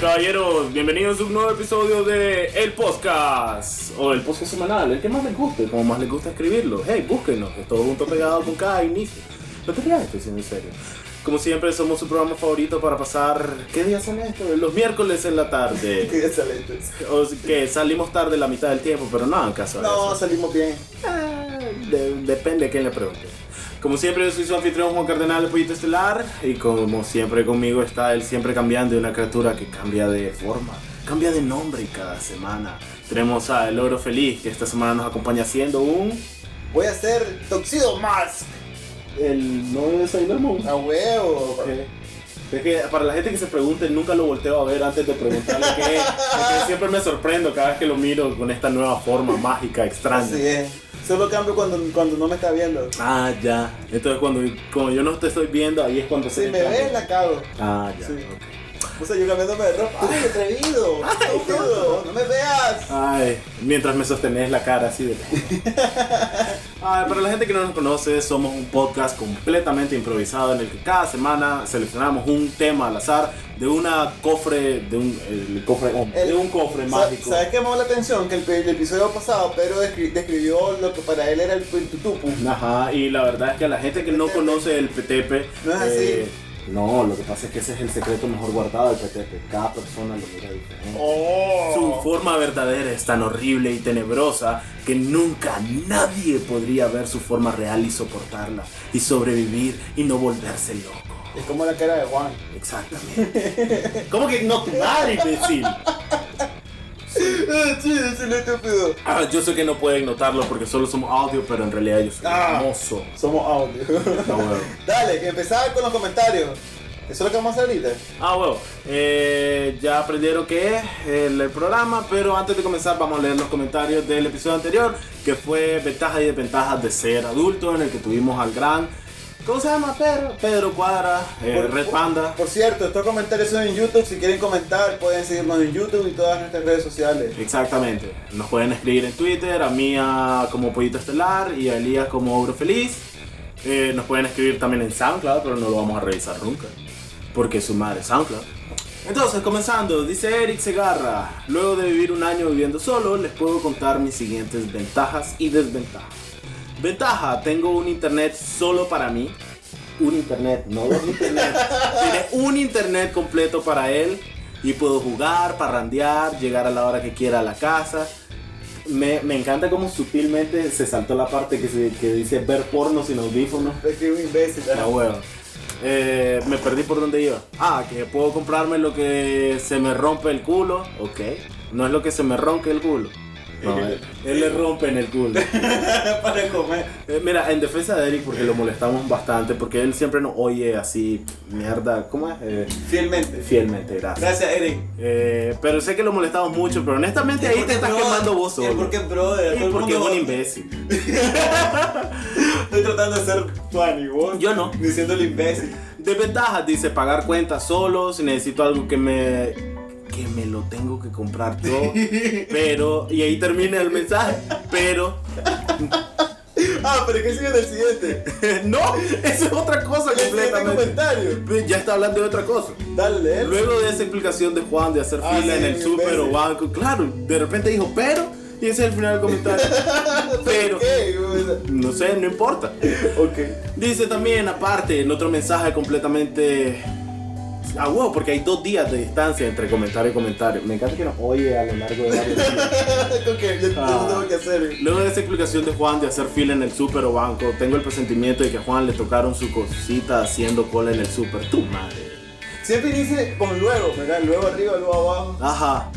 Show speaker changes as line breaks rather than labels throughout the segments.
caballeros, bienvenidos a un nuevo episodio de El Podcast o el podcast semanal, el que más les guste, como más les gusta escribirlo. Hey, búsquenos, es todo junto pegado con cada inicio. No te creas, estoy siendo en serio. Como siempre, somos su programa favorito para pasar. ¿Qué día sale esto? Los miércoles en la tarde.
Qué excelentes.
O sea, que salimos tarde la mitad del tiempo, pero no en caso de
No,
eso.
salimos bien.
De- depende de quién le pregunte. Como siempre, yo soy su anfitrión Juan Cardenal, el pollito estelar. Y como siempre conmigo está él siempre cambiando, una criatura que cambia de forma, cambia de nombre cada semana. Tenemos a El Oro Feliz, que esta semana nos acompaña haciendo un.
Voy a hacer Tuxedo Mask.
El novio de Sailor Moon.
A huevo.
Ah, Es que para la gente que se pregunte, nunca lo volteo a ver antes de preguntarle qué es. Porque siempre me sorprendo cada vez que lo miro con esta nueva forma mágica, extraña.
Así es. Solo cambio cuando, cuando no me está viendo.
Ah, ya. Entonces cuando, cuando yo no te estoy viendo, ahí es cuando
Si me
cambia.
ve, la cago.
Ah, ya.
Sí.
ok.
O sea, yo cambiándome de ropa. ¡Ay, atrevido! ¡Tontudo! ¡No me veas!
Ay, mientras me sostenés la cara así de... Ay, para la gente que no nos conoce, somos un podcast completamente improvisado en el que cada semana seleccionamos un tema al azar de una cofre, de un, el cofre, de un cofre
Sa-
mágico.
¿Sabes qué me llamó la atención? Que el, pe- el episodio pasado Pedro descri- describió lo que para él era el tutupu.
Ajá, y la verdad es que a la gente que no conoce el PTP...
No es así.
no, lo que pasa es que ese es el secreto mejor guardado del PTP. Cada persona lo mira diferente. Su
¡Oh!
forma verdadera es tan horrible y tenebrosa que nunca nadie podría ver su forma real y soportarla y sobrevivir y no volverse loco.
Es como la cara de Juan.
Exactamente. ¿Cómo que no tu madre, imbécil?
¡Ah, sí, es el estúpido!
Ah, yo sé que no pueden notarlo porque solo somos audio, pero en realidad yo soy
Ah.
hermoso.
Somos audio.
Ah, huevo.
Dale, que empezaba con los comentarios. Eso es lo que vamos a hacer ahorita.
Ah, huevo. Eh, ya aprendieron qué es el, el programa, pero antes de comenzar vamos a leer los comentarios del episodio anterior, que fue ventajas y desventajas de ser adulto, en el que tuvimos al gran... ¿Cómo se llama Pedro? Pedro Cuadra, eh,
Por-
Red Panda.
Por cierto, estos comentarios son en YouTube. Si quieren comentar, pueden seguirnos en YouTube y todas nuestras redes sociales.
Exactamente. Nos pueden escribir en Twitter, a Mía como Pollito Estelar y a Elías como Ogro Feliz. Eh, nos pueden escribir también en SoundCloud, pero no lo vamos a revisar nunca. Porque su madre es SoundCloud. Entonces, comenzando, dice Eric Segarra. Luego de vivir un año viviendo solo, les puedo contar mis siguientes ventajas y desventajas. Ventaja, tengo un internet solo para mí. Un internet, no un internet. Tiene un internet completo para él y puedo jugar, parrandear, llegar a la hora que quiera a la casa. Me, me encanta cómo sutilmente se saltó la parte que, se- que dice ver porno sin audífonos.
Es que un imbécil.
La hueva. Eh, me perdí por donde iba. Ah, que puedo comprarme lo que se me rompe el culo. Ok. No es lo que se me ronque el culo. No, eh. él, él le rompe en el culo.
Para comer.
Eh, mira, en defensa de Eric, porque lo molestamos bastante, porque él siempre nos oye así, mierda, ¿cómo es? Eh,
Fielmente.
fielmente, gracias.
Gracias, Eric.
Eh, pero sé que lo molestamos mucho, pero honestamente ahí te estás quemando vos solo.
Es porque, brother, todo
Y
el
porque es
mundo-
un imbécil.
Estoy tratando de ser tu amigo.
Yo no.
Diciendo el imbécil.
Desventajas, dice, pagar cuentas solo, si necesito algo que me... Que me lo tengo que comprar yo. Pero... Y ahí termina el mensaje. Pero...
Ah, pero ¿qué sigue del siguiente?
no, eso es otra cosa
El siguiente
completamente.
comentario.
Ya está hablando de otra cosa.
Dale, él.
Luego de esa explicación de Juan de hacer
Ah,
fila
sí,
en el
mil
super o
veces.
banco, claro, de repente dijo, pero, y ese es el final del comentario. pero,
¿Qué?
no sé, no importa.
Ok.
Dice también, aparte, en otro mensaje completamente. Ah, wow, porque hay dos días de distancia entre comentario y comentario. Me encanta que nos oye a lo largo de varios días.
Ok, yo, yo
Ah.
no tengo que hacer.
Luego de esa explicación de Juan de hacer fila en el super o banco, tengo el presentimiento de que a Juan le tocaron su cosita haciendo cola en el super. Tu madre.
Siempre dice con luego, ¿verdad? Luego arriba, luego abajo.
Ajá.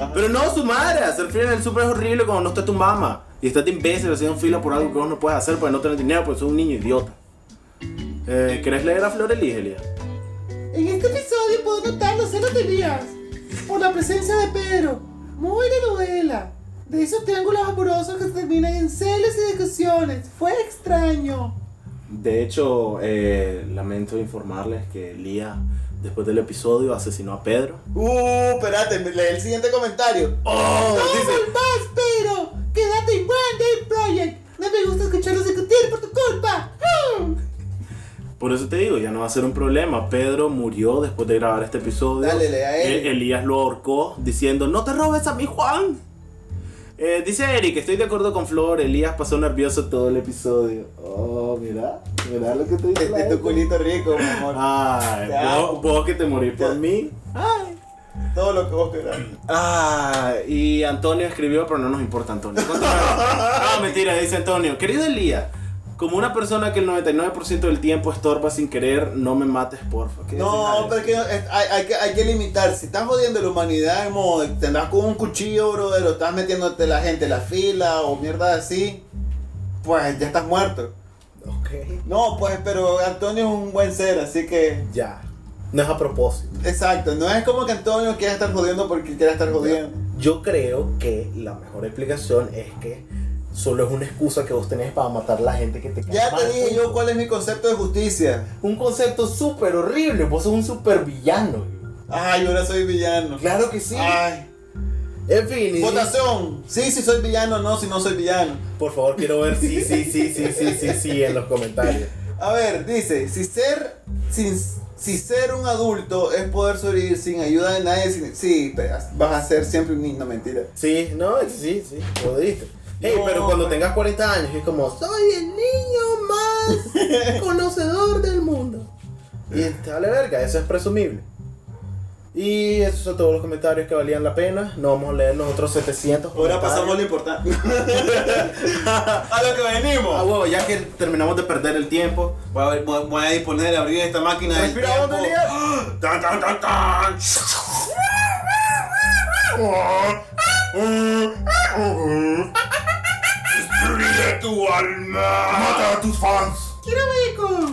Ajá.
Pero no, su madre, hacer fila en el súper es horrible cuando no está tu mamá. Y estás de imbécil haciendo fila por algo que vos no puedes hacer porque no tenés dinero, porque sos un niño idiota. Eh, ¿Querés leer a Flor Eligelia?
En este episodio puedo notar los celos de Elías por la presencia de Pedro, muy de novela, de esos triángulos amorosos que se terminan en celos y discusiones. Fue extraño.
De hecho, eh, lamento informarles que Lía, después del episodio, asesinó a Pedro.
Uh, espérate, me- lee el siguiente comentario.
¡Oh!
¡No
Dice,
volvás, Pedro! ¡Quédate en One Day Project! No me gusta escucharlos discutir por tu culpa. ¡Ah!
Por eso te digo, ya no va a ser un problema. Pedro murió después de grabar este episodio.
Dale, lea él.
Eh, Elías lo ahorcó diciendo, no te robes a mi Juan. Eh, dice Eric, estoy de acuerdo con Flor, Elías pasó nervioso todo el episodio. Oh, mira, mira lo que te dice.
Es
la
de tu
gente.
culito rico, mi amor.
Ah.
Ay,
Este Ya.
vos, vos que te morís por
Ya.
mí. Ay.
Todo lo que vos querás.
Ah, y Antonio escribió, pero no nos importa Antonio.
Ah,
No, mentira, dice Antonio. Querido Elías, como una persona que el 99% del tiempo estorba sin querer, no me mates, porfa. ¿Qué
No,
dices,
pero
Alex?
es que no- es- hay, hay que hay que limitar. Si estás jodiendo la humanidad, como te andás con un cuchillo, brother, o estás metiéndote la gente en la fila o mierda así, pues ya estás muerto.
Ok.
No, pues, pero Antonio es un buen ser, así que.
Ya. No es a propósito.
Exacto, no es como que Antonio quiera estar jodiendo porque quiera estar jodiendo.
Yo creo que la mejor explicación es que solo es una excusa que vos tenés para matar a la gente que te cae
Ya te
mal,
dije
punto.
yo cuál es mi concepto de justicia.
Un concepto súper horrible. Vos sos un súper villano.
Ay, ahora soy villano.
Claro que sí.
Ay.
Ah. En fin. y-
Votación. Sí, si soy villano, no, si no soy villano.
Por favor, quiero ver sí, sí, sí, sí, sí, sí, sí en los comentarios.
A ver, dice, si ser, sin, si ser un adulto es poder sobrevivir sin ayuda de nadie, sin- sí, te- vas a ser siempre un niño, mentira.
Sí, no, sí, sí, pudiste. Hey,
No,
pero cuando
pues.
tengas 40 años es como, soy el niño más conocedor del mundo. Y te vale verga, eso es presumible. Y esos son todos los comentarios que valían la pena. No vamos a leer los otros 700.
Ahora pasamos
comentarios.
lo importante. a lo que
Ah,
venimos.
huevo, ya que terminamos de perder el tiempo.
Voy a, voy- voy a disponer, a abrir esta máquina del
Respira
tiempo.
hondo, Elías.
Tan, tan, tan, tan. Destruye tu alma. Mata a tus fans.
¡Quiero médico!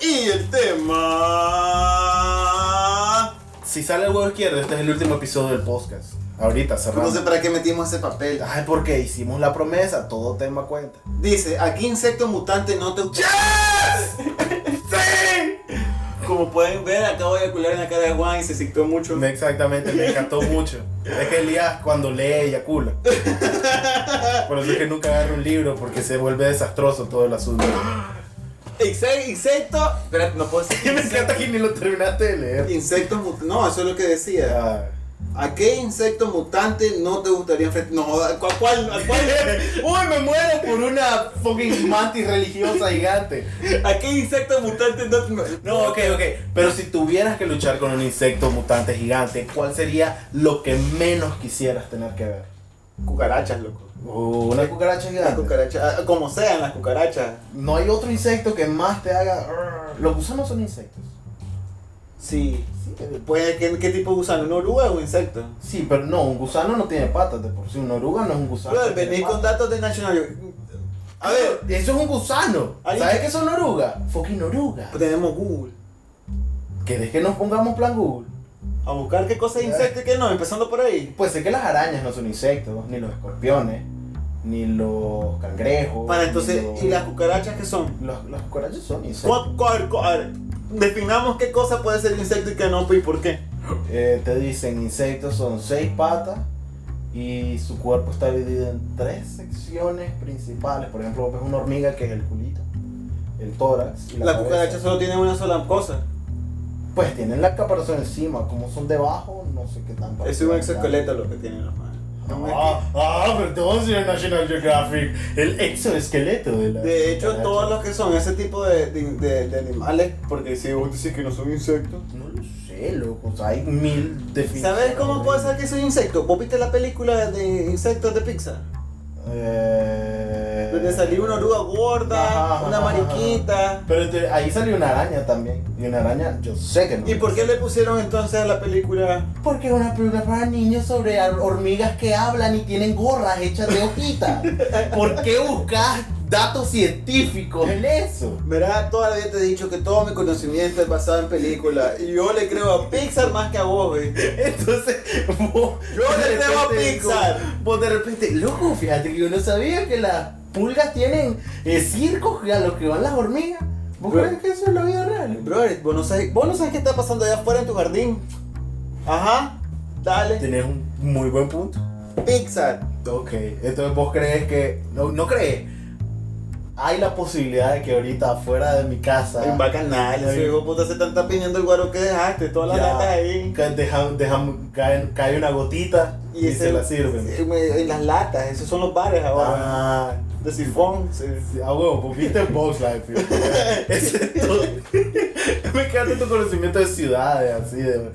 Y el tema...
Si sale el huevo izquierdo, este es el último episodio del podcast.
Ahorita
No
cerramos.
sé para qué metimos ese papel.
Ay, porque hicimos la promesa, todo tema cuenta.
Dice, aquí insecto mutante no te... Como pueden ver, acabo de cular en la cara de Juan y se excitó mucho.
Me- Exactamente, me encantó mucho. Es que Elías cuando lee eyacula. Por eso es que nunca agarra un libro porque se vuelve desastroso todo el asunto.
Inse- Insecto... Espérate, no puedo decir
me encanta que ni lo terminaste de leer.
Insectos mut- No, eso es lo que decía.
Ah,
¿A qué insecto mutante no te gustaría enfrentar? No, ¿a cu- a cuál? ¿A cuál?
Uy, me muero por una fucking mantis religiosa gigante.
¿A qué insecto mutante no te.?
No, ok, ok. Pero si tuvieras que luchar con un insecto mutante gigante, ¿cuál sería lo que menos quisieras tener que ver?
Cucarachas, loco.
Uh, una cucaracha
Las
gigante.
cucarachas, ah, como sean las cucarachas.
No hay otro insecto que más te haga. Los gusanos son insectos.
Sí. Pues, ¿qué, qué tipo de gusano? ¿Una oruga o un insecto?
Sí, pero no, un gusano no tiene patas de por sí. Una oruga no es un gusano.
Brother,
tiene
venís con
patas.
datos de National. A ver,
Eso es un gusano.
¿Alguien
¿Sabes
que-
qué son orugas? Fucking oruga.
tenemos Google.
¿Querés que nos pongamos plan Google?
A buscar qué cosa es insecto y qué no, empezando por ahí.
Pues sé que las arañas no son insectos, ni los escorpiones, ni los cangrejos.
Para
ni
entonces,
los-
¿y las cucarachas qué son?
Los, los cucarachas son insectos.
Cu- cu- cu- a ver, Definamos qué cosa puede ser insecto y qué no pues, y por qué.
Eh, te dicen insectos son seis patas y su cuerpo está dividido en tres secciones principales. Por ejemplo, ves una hormiga que es el culito, el tórax y la,
La
cabeza.
cucaracha solo tiene una sola cosa.
Pues tienen la caparazón encima, como son debajo, no sé qué tan
Es un exoesqueleto lo que tienen los manos.
Ah, ah, pero todos en National Geographic. El exoesqueleto de la.
De hecho,
cucaracha.
todos los que son ese tipo de, de- de- de animales, porque si vos decís que no son insectos.
No lo sé, loco. O sea, hay mil definiciones.
¿Sabes cómo puede ser que soy insecto? ¿Vos viste la película de insectos de Pixar?
Eh...
Donde salió una oruga gorda,
Ajá,
una
ajá,
mariquita.
ajá. Pero te- ahí salió una araña también. Y una araña, yo sé que no.
¿Y por qué le pusieron entonces a la película?
Porque es una película para niños sobre ar- hormigas que hablan y tienen gorras hechas de hojitas. ¿Por qué buscas datos científicos en eso?
Verá, todavía te he dicho que todo mi conocimiento es basado en películas. Y yo le creo a Pixar más que a vos, eh. ¿viste?
Entonces, vos.
Yo le
de
creo a
repente,
Pixar.
Vos de repente, loco, fíjate que yo no sabía que las pulgas tienen eh, circos a los que van las hormigas. ¿Vos
Bro.
crees que eso es la vida real?
Brother, vos no sabes, vos no sabes qué está pasando allá afuera en tu jardín. Ajá, dale.
Tenés un muy buen punto.
Pixar.
Ok, entonces vos crees que. No, no crees. hay la posibilidad de que ahorita afuera de mi casa
Un bacanal, ese hijo de puta se están tapiñando el guaro que dejaste, todas las
Ya.
latas ahí.
ca- deja- deja- cae, cae una gotita y,
ese-
se la sirven.
sí, me- En las latas, esos son los bares ahora.
Ah,
De sifón. sí.
sí, ah, huevo, pues viste Box Life. fijo. Ese es todo. me encanta tu conocimiento de ciudades, así de.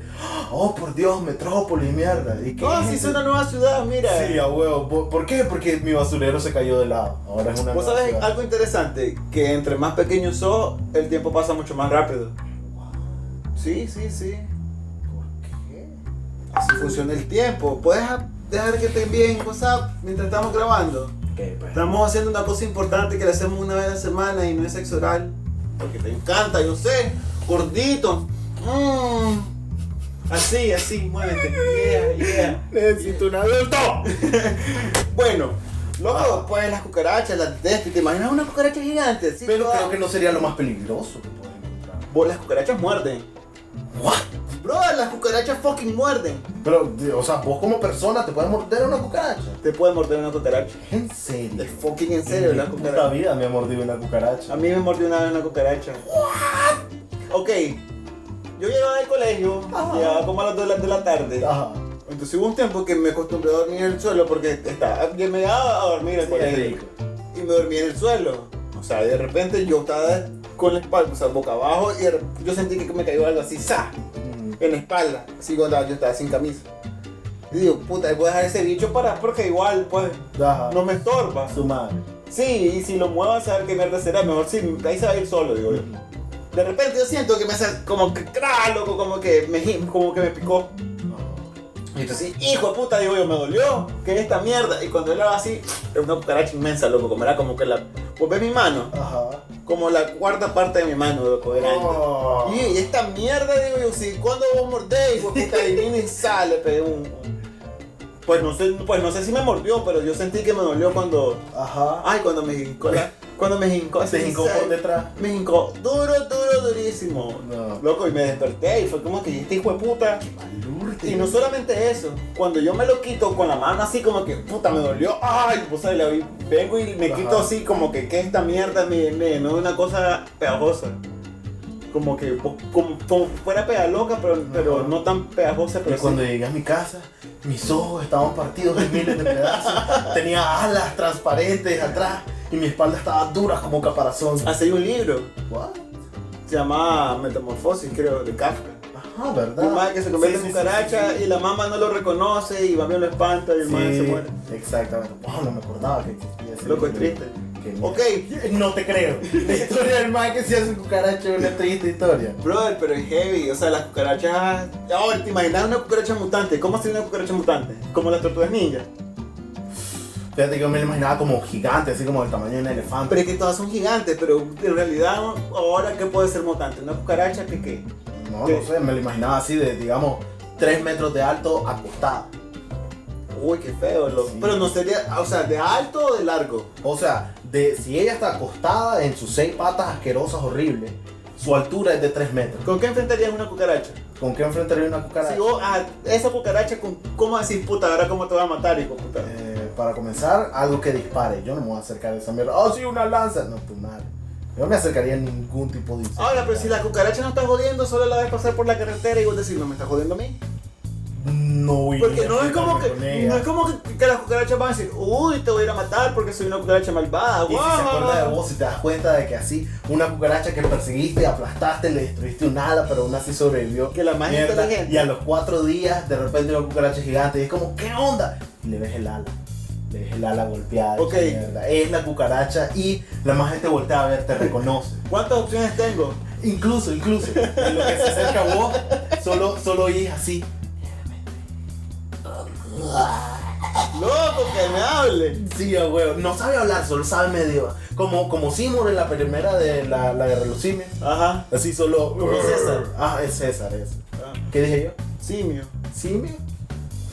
Oh, por Dios, Metrópolis, mierda. ¿Y qué
No,
es
si es
eso?
una nueva ciudad, mira.
Sí, a huevo. ¿Por- ¿Por qué? Porque mi basurero se cayó de lado. Ahora es una.
Vos
nueva
sabés
ciudad.
algo interesante, que entre más pequeño sos, el tiempo pasa mucho más rápido. Sí, sí, sí.
¿Por qué?
Así funciona el tiempo. ¿Puedes a- dejar que te envíen WhatsApp mientras estamos grabando?
Ok, pues.
Estamos haciendo una cosa importante que le hacemos una vez a la semana y no es sexo oral. Porque te encanta, yo sé. Gordito. Mm. Así, así, muévete. Yeah, yeah.
Necesito un adulto.
Bueno, loco, pues las cucarachas, las detesto. ¿Te imaginas una cucaracha gigante? Así,
Pero
toda-
creo que no sería lo más peligroso que puedes encontrar.
Vos, las cucarachas muerden.
What?
Bro, las cucarachas fucking muerden.
Pero, de- o sea, vos como persona te puedes morder una cucaracha.
Te puede morder una cucaracha.
En serio.
Es fucking en serio
En mi
la
puta
cucaracha.
vida me ha mordido una
A
cucaracha.
mí me mordió una vez una cucaracha. Ok. Yo llegaba del colegio,
Ajá. Ah.
llegaba como a las 2 de la, de la tarde.
Ajá.
Entonces hubo un tiempo que me acostumbré a dormir en el suelo porque estaba, yo me daba a dormir al
Sí,
colegio.
es rico.
Y me dormí en el suelo. O sea, de repente yo estaba con la espalda, o sea, boca abajo, y de rep- yo sentí que me cayó algo así, ¡za!
Mm.
en la espalda. Así cuando yo estaba sin camisa. Y digo, puta, voy a dejar ese bicho para porque igual, pues,
Ajá.
no me estorba.
Su madre.
Sí, y si lo muevo a saber qué mierda será, mejor sí, ahí se va a ir solo, digo yo. De repente yo siento que me hace como que, ¡crá, loco! Como que me, gi- como que me picó. Y entonces, hijo de puta, digo yo, me dolió, que es esta mierda. Y cuando él hago así, era una cucaracha inmensa, loco, como era como que la... Pues ve mi mano,
Ajá.
como la cuarta parte de mi mano, loco, era
Oh.
y y esta mierda, digo yo, si cuando vos mordéis, pues puta, y viene y sale, pero un... Pues no, sé, pues no sé si me mordió, pero yo sentí que me dolió cuando...
Ajá.
Ay, cuando me hincó la... Cuando me hincó así,
Se hincó por
¿sabes?
detrás.
Me hincó duro, duro, durísimo.
No.
Loco, y me desperté y fue como que "¿Y este hijo de puta.
Malurde.
Y no solamente eso, cuando yo me lo quito con la mano así como que, puta, me dolió, ay, pues ahí la vi. vengo y me
Ajá.
quito así como que, ¿qué es esta mierda? Me, me llenó de una cosa pegajosa. Como que, po- como, como fuera pedaloca, pero, pero
Ajá.
no tan pegajosa,
Y
pero
cuando
sí.
llegué a mi casa, mis ojos estaban partidos en miles de pedazos. Tenía alas transparentes atrás y mi espalda estaba dura como caparazón.
Hace un libro,
What?
se llama Metamorfosis, creo, de Kafka.
Ajá, ¿verdad?
Un man que se convierte
Ah. Sí,
en
sí,
cucaracha
sí, sí.
y la mamá no lo reconoce y más bien lo espanta y el man se muere.
Sí, exactamente. Wow, no me acordaba que existía ese
Loco, es
libro.
triste.
Qué mierda.
Ok,
No te creo. La historia del man que se hace cucaracha es una triste historia.
Brother, pero es heavy, o sea, las cucarachas... Ahora, ¿te imaginas una cucaracha mutante? ¿Cómo sería una cucaracha mutante? Como las tortugas ninja.
Fíjate que yo me lo imaginaba como gigante, así como del tamaño de un elefante.
Pero es que todas son gigantes, pero en realidad, ¿ahora qué puede ser mutante? ¿Una cucaracha que qué?
No, no sé, me lo imaginaba así de, digamos, 3 metros de alto acostada.
Uy, qué feo, loco.
Sí.
Pero no sería, o sea, ¿de alto o de largo?
O sea, de, si ella está acostada en sus seis patas asquerosas, horribles, su altura es de 3 metros.
¿Con qué enfrentarías una cucaracha?
¿Con qué enfrentaría una cucaracha?
Si vos, ah, esa cucaracha, con- ¿cómo decís, puta, ahora cómo te va a matar, hijo de puta?
Eh, para comenzar, algo que dispare. Yo no me voy a acercar a esa mierda. ¡Oh, sí, una lanza! No, tu madre. Yo no me acercaría a ningún tipo de insecto.
Ahora, pero si la cucaracha no está jodiendo, solo la ves pasar por la carretera y vos decís, no me está jodiendo a mí.
No iría
Porque no
a
es como
acercarme
que,
con
no
ella.
es como que, que las cucarachas van a decir, uy, te voy a ir a matar porque soy una cucaracha malvada.
Y si
guau,
se
guau,
acuerda de
guau".
vos, si te das cuenta de que así, una cucaracha que perseguiste, aplastaste, le destruiste un ala, pero aún así sobrevivió.
Que la más
Mierda.
inteligente.
Y a los cuatro días, de repente una cucaracha gigante, y es como, ¿qué onda? Y le ves el ala. Le ves el ala golpeada.
Ok.
esa mierda. Es la cucaracha y la más gente voltea a ver, te reconoce.
¿Cuántas opciones tengo?
Incluso, incluso, en lo que se acerca a vos, solo, solo oís así.
Loco, que me hable.
Sí, a huevo. No sabe hablar, solo sabe medio. Como, como Seymour en la primera de la, la de Relucimia.
Ajá.
Así solo.
Como César.
Ah, es César, eso.
Ah,
¿Qué dije yo?
Simio.
¿Simio?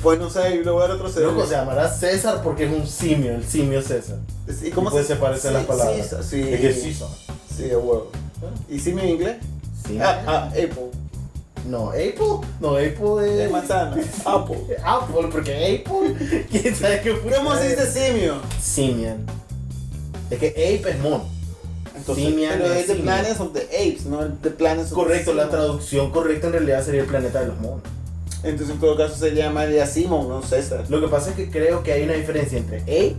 Pues no sé, y lo voy a retroceder.
Loco, se llamará César porque es un simio, el simio César.
¿Y cómo
Puede
se
separarse
sí,
las palabras.
Sí, sí.
Es que sí son.
Sí, a huevo. ¿Y simio en inglés?
¿Simio?
Ah, ah, Apple.
No, Apple. No, Apple
Es
es.
manzana. Apple.
Apple, porque Apple. ¿Quién sabe qué puta
¿Cómo se
es?
dice simio?
Simian. Es que Ape es mono. Entonces,
Simia,
pero
pero es
es
The
simia.
Planet of the Apes, no The Planet of
Correcto,
the
la
Simia.
traducción correcta en realidad sería el planeta de los monos.
Entonces en todo caso se llamaría Simon, no César.
Lo que pasa es que creo que hay una diferencia entre ape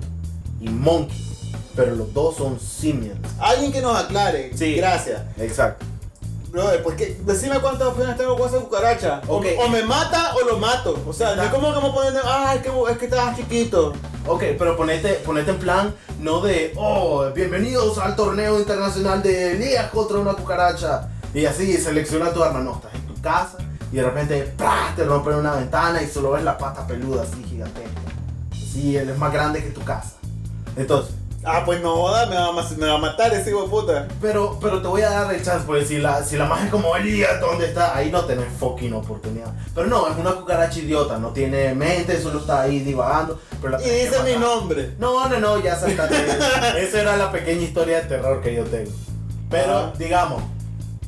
y monkey, pero los dos son simians.
Alguien que nos aclare.
Sí.
Gracias.
Exacto.
Brother, pues que decime cuántas opciones tengo con esa cucaracha. O,
Ok.
o me mata o lo mato. O sea, no es como que me ponen, ah, es que, es que estabas chiquito.
Ok, pero ponete, ponete en plan no de, oh, bienvenidos al torneo internacional de Elías contra una cucaracha. Y así selecciona tu arma, no, estás en tu casa y de repente ¡prá! te rompen una ventana y solo ves la pata peluda así gigantesca. Sí, él es más grande que tu casa. Entonces,
Ah, pues no joda, me va a, ma- me va a matar ese hijo de puta.
Pero, pero te voy a dar el chance, porque si la, si la magia es como Elías, ¿dónde está? Ahí no tenés fucking oportunidad. Pero no, es una cucaracha idiota, no tiene mente, solo está ahí divagando. Pero la
Y
tenés que
dice mi
matar.
nombre.
No, no, no, ya saltate. Esa era la pequeña historia de terror que yo tengo. Pero,
Ah.
digamos,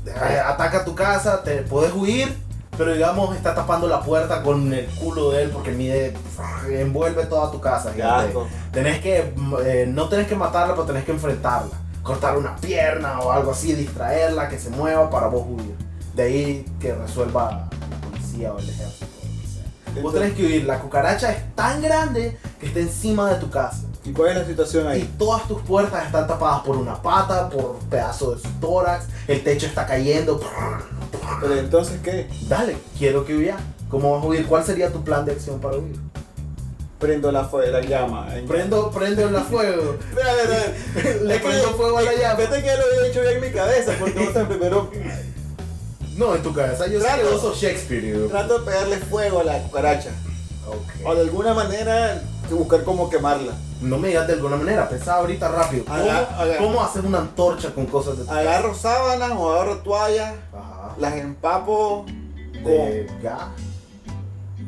eh, ataca tu casa, te puedes huir, pero digamos, está tapando la puerta con el culo de él porque mide, envuelve toda tu casa. fíjate. Tenés que, eh, no tenés que matarla, pero tenés que enfrentarla. Cortar una pierna o algo así, distraerla, que se mueva para vos huir. De ahí que resuelva la policía o el ejército. o lo que sea. Vos
Entonces-
tenés que huir. La cucaracha es tan grande que está encima de tu casa.
¿Y cuál es la situación
Y
ahí?
todas tus puertas están tapadas por una pata, por pedazo de su tórax. El techo está cayendo.
Pero entonces, ¿qué?
Dale, quiero que huya. ¿Cómo vas a huir? ¿Cuál sería tu plan de acción para huir?
Prendo la, fue- la llama.
Prendo, prendo la fuego.
Espera, espera, espera.
Le
Es que-
prendo fuego a la llama.
Vete que ya lo había hecho bien en mi cabeza, porque vos te primero
No, en tu cabeza. Yo
Claro.
soy oso Shakespeare. yo.
trato de pegarle fuego a la cucaracha.
Ok.
O de alguna manera que buscar cómo quemarla.
No me digas de alguna manera, pensaba ahorita rápido. ¿Cómo,
Aga- aga-
cómo hacer una antorcha con cosas de tu
Agarro sábanas o agarro toallas,
Ajá.
las empapo
De gas.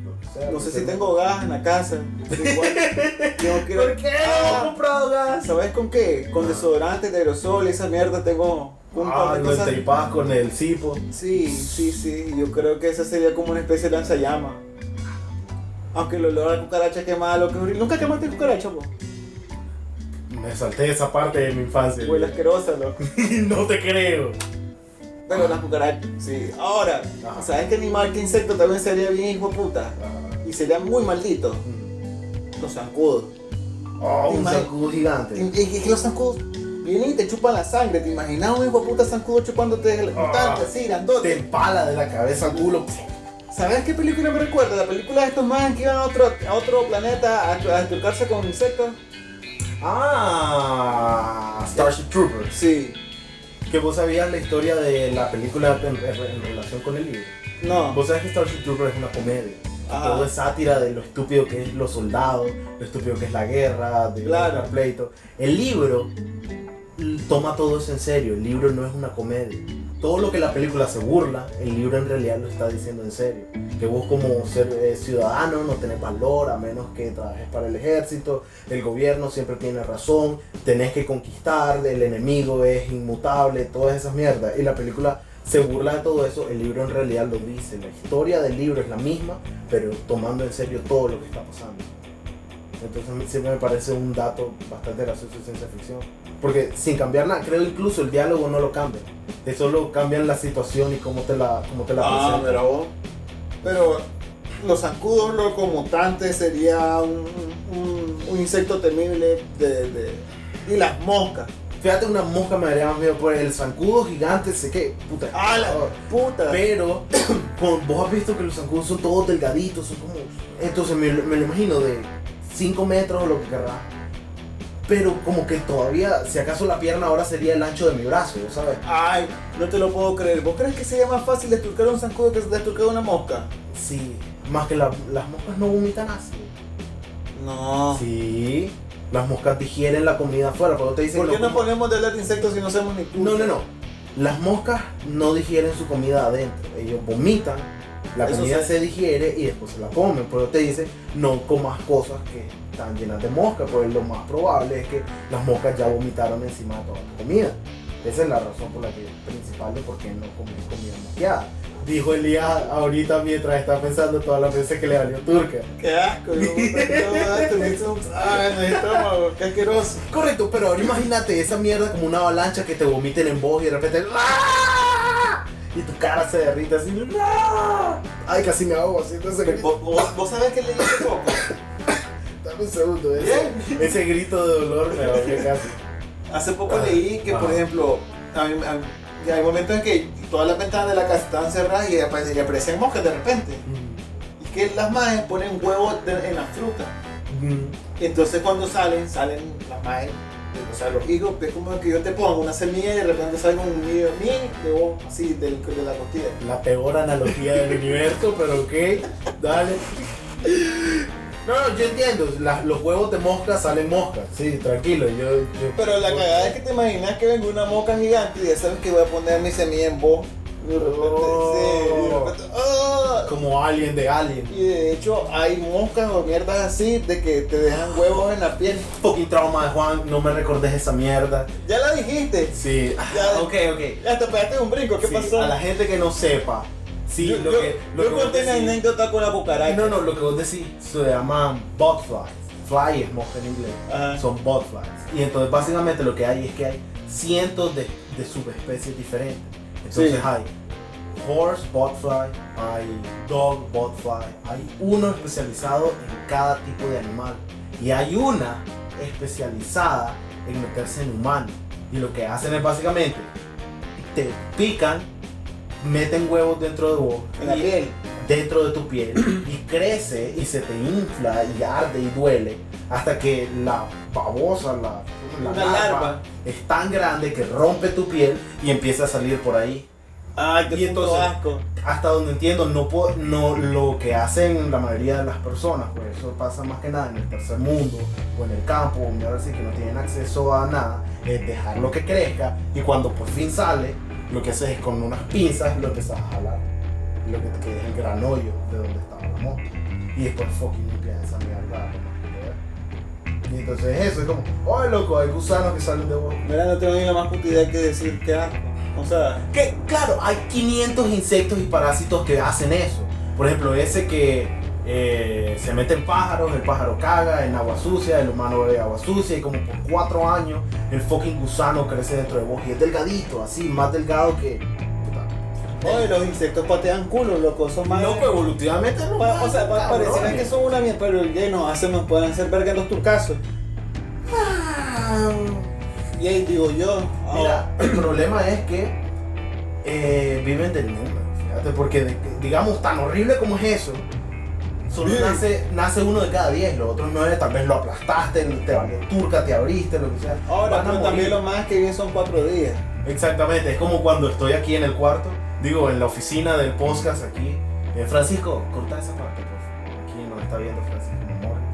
lo que sea,
con... No
lo
sé
que
si
sea.
tengo gas en la casa. Igual, tengo que ir a-
¿Por qué no
Ah,
hemos comprado gas?
¿Sabes con qué? Con desodorante, de aerosol, esa mierda tengo un par
Ah,
de
lo
cosas.
estripas con el cipo.
Sí, sí, sí. Yo creo que esa sería como una especie de lanzallama. Aunque el olor a cucaracha quemada, lo que Nunca quemaste cucaracha, po.
Me salté esa parte de mi infancia.
Huele asquerosa, loco.
no te creo.
Pero las cucarachas, sí. Ahora,
Ajá.
¿sabes qué animal, qué insecto también sería bien hijo de puta? Y sería muy maldito. Los zancudos.
Oh, un
Ima-
zancudo
Y
gigante.
y- y que los zancudos vienen y te chupan la sangre. ¿Te imaginas un hijo de puta zancudo chupándote el
Ah.
mutante así,
Te
grandote?
empala de la cabeza al culo.
¿Sabes qué película me recuerda? La película de estos más que iban a otro, a otro planeta a, a trucarse con insectos.
Ah, Starship Troopers.
Sí.
Que vos sabías la historia de la película en, en- en relación con el libro.
No.
Vos sabés que Starship Troopers es una comedia.
Ajá.
Todo es sátira de lo estúpido que es los soldados, lo estúpido que es la guerra, de
Claro.
los pleitos. El libro l- toma todo eso en serio. El libro no es una comedia. Todo lo que la película se burla, el libro en realidad lo está diciendo en serio. Que vos como ser eh, ciudadano no tenés valor a menos que trabajes para el ejército, el gobierno siempre tiene razón, tenés que conquistar, el enemigo es inmutable, todas esas mierdas. Y la película se burla de todo eso, el libro en realidad lo dice, la historia del libro es la misma, pero tomando en serio todo lo que está pasando. Entonces a mí siempre me parece un dato bastante gracioso de ciencia ficción. Porque sin cambiar nada, creo incluso el diálogo no lo cambia. Es solo cambian la situación y cómo te la, cómo te la
Ah,
presentan.
pero Pero los zancudos, loco mutante, sería un, un- un insecto temible de, de- Y las moscas.
Fíjate, una mosca me daría más miedo por el zancudo gigante, sé que, puta.
¡Ah, la
por favor.
puta!
Pero, con- vos has visto que los zancudos son todos delgaditos, son como. Entonces me, lo- me lo imagino de 5 metros o lo que querrá. Pero como que todavía, si acaso la pierna ahora sería el ancho de mi brazo, ¿sabes?
Ay, no te lo puedo creer. ¿Vos crees que sería más fácil destruir un zancudo que destruir una mosca?
Sí, más que la- las moscas no vomitan ácido.
No.
Sí, las moscas digieren la comida afuera, pero te dicen
¿Por qué
"No,
no
como-".
ponemos de hablar de insectos si no hacemos ni tú?
No, no, no. Las moscas no digieren su comida adentro. Ellos vomitan, la
Eso
comida
sí.
se digiere y después se la comen. Pero te dice, no comas cosas que están llenas de moscas, pues lo más probable es que las moscas ya vomitaron encima de toda tu comida. Esa es la razón por la que principal de por qué no comí comida moqueada. Dijo Elías ahorita mientras está pensando todas las veces que le salió turca.
Qué asco, no, tuviste un ah, en el estómago, qué asqueroso.
Correcto, pero ahora imagínate esa mierda como una avalancha que te vomiten en vos y de repente. ¡ah! Y tu cara se derrite así. ¡ah! Ay, casi me ahogo haciendo ese grito.
¿Vos, vos, vos sabés que le hice poco?
Dame un segundo, ese, ese grito de dolor me dolió casi.
Hace poco
Ah,
leí que, por
ah.
ejemplo, a mí- a mí- que hay momentos en que todas las ventanas de la casa estaban cerradas y aparecen, y aparecen moscas de repente. Y que las madres ponen huevos de- en las frutas.
Mm.
Entonces cuando salen, salen las madres, o sea, los hijos, es como que yo te pongo una semilla y de repente salgo un niño de mí, de vos, así, del, de la costilla.
La peor analogía del universo, pero ok, dale. No, no, yo entiendo, la- los huevos de mosca salen moscas, sí, tranquilo, yo... yo-
Pero la cagada es que te imaginas que venga una mosca gigante y ya sabes que voy a poner mi semilla en vos. Y de repente, sí, y
Oh.
de repente, ¡ah!
Como alien de alien.
Y de hecho hay moscas o mierdas así de que te dejan huevos en la piel.
Fucking trauma de Juan, no me recordes esa mierda.
Ya la dijiste.
Sí,
Ya.
Ah, ok, ok.
Ya te pegaste un brinco, ¿qué
Sí,
pasó?
A la gente que no sepa, sí,
yo
lo
yo-
que... Lo
yo
que vos
conté mi
decís-
anécdota con la cucaracha.
No, no, lo que vos decís se llaman botflies. Fly es mosca en inglés.
Ajá.
Son botflies. Y entonces básicamente lo que hay es que hay cientos de, de subespecies diferentes. Entonces
Sí.
hay horse botfly, hay dog botfly, hay uno especializado en cada tipo de animal. Y hay una especializada en meterse en humanos. Y lo que hacen es básicamente te pican, meten huevos dentro de vos
En la
y-
piel.
dentro de tu piel y crece y se te infla y arde y duele hasta que la babosa, la, la
Una
larva,
larva.
es tan grande que rompe tu piel y empieza a salir por ahí.
Ay,
Y
qué puto
entonces-
asco.
Hasta donde entiendo, no, po- no lo que hacen la mayoría de las personas, pues eso pasa más que nada en el tercer mundo o en el campo, o mierda así que no tienen acceso a nada, es dejar lo que crezca y cuando por fin sale, lo que haces es con unas pinzas lo empezás a jalar. Lo que te queda es el gran hoyo de donde estaba la mosca. Y después fucking limpias esa mierda lo más que puedas. Y entonces eso es como, oh loco, hay gusanos que salen de vos.
Mira, no tengo ni la más puta idea que decir qué asco. O sea,
Que claro, hay 500 insectos y parásitos que hacen eso. Por ejemplo, ese que eh, se mete en pájaros, el pájaro caga en agua sucia, el humano bebe agua sucia y como por cuatro años el fucking gusano crece dentro de vos y es delgadito, así, más delgado que... puta.
oye, los insectos patean culo, loco, son más.
Loco, evolutivamente no.
Pa- o sea, pa-
cabrones.
pareciera que son una mierda, pero ya no hacen, nos pueden hacer verga en los turcasos.
Ah,
Y ahí digo yo, ah,
Mira, el problema es que eh, viven del número, fíjate, porque de- digamos, tan horrible como es eso, solo
Sí.
nace, nace uno de cada diez, los otros nueve tal vez lo aplastaste, te valió turca, te abriste, lo que sea.
ahora,
Van a
pero
morir.
también lo más que viven son cuatro días.
Exactamente, es como cuando estoy aquí en el cuarto, digo, en la oficina del podcast aquí. Eh, Francisco, corta esa parte, por favor. Aquí nos está viendo Francisco Morris.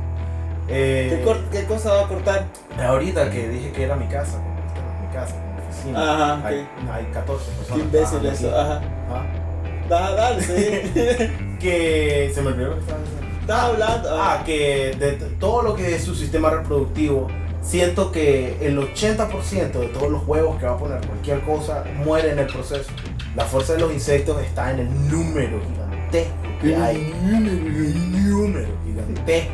Eh,
¿Qué, cor- qué cosa va a cortar?
Ahorita que dije que era mi casa, como esta no es mi casa, como mi oficina.
Ajá, ok.
Hay, hay 14
Qué
personas. Ah,
imbécil
trabajando
eso, Ah.
aquí.
ajá.
Ajá.
Dale, dale, sí.
Ah. Que se me olvidó lo que estaba diciendo.
Estás hablando.
Ah, que de t- todo lo que es su sistema reproductivo, siento que el 80% de todos los huevos que va a poner cualquier cosa muere en el proceso. La fuerza de los insectos está en el número gigantesco que hay. El número gigantesco.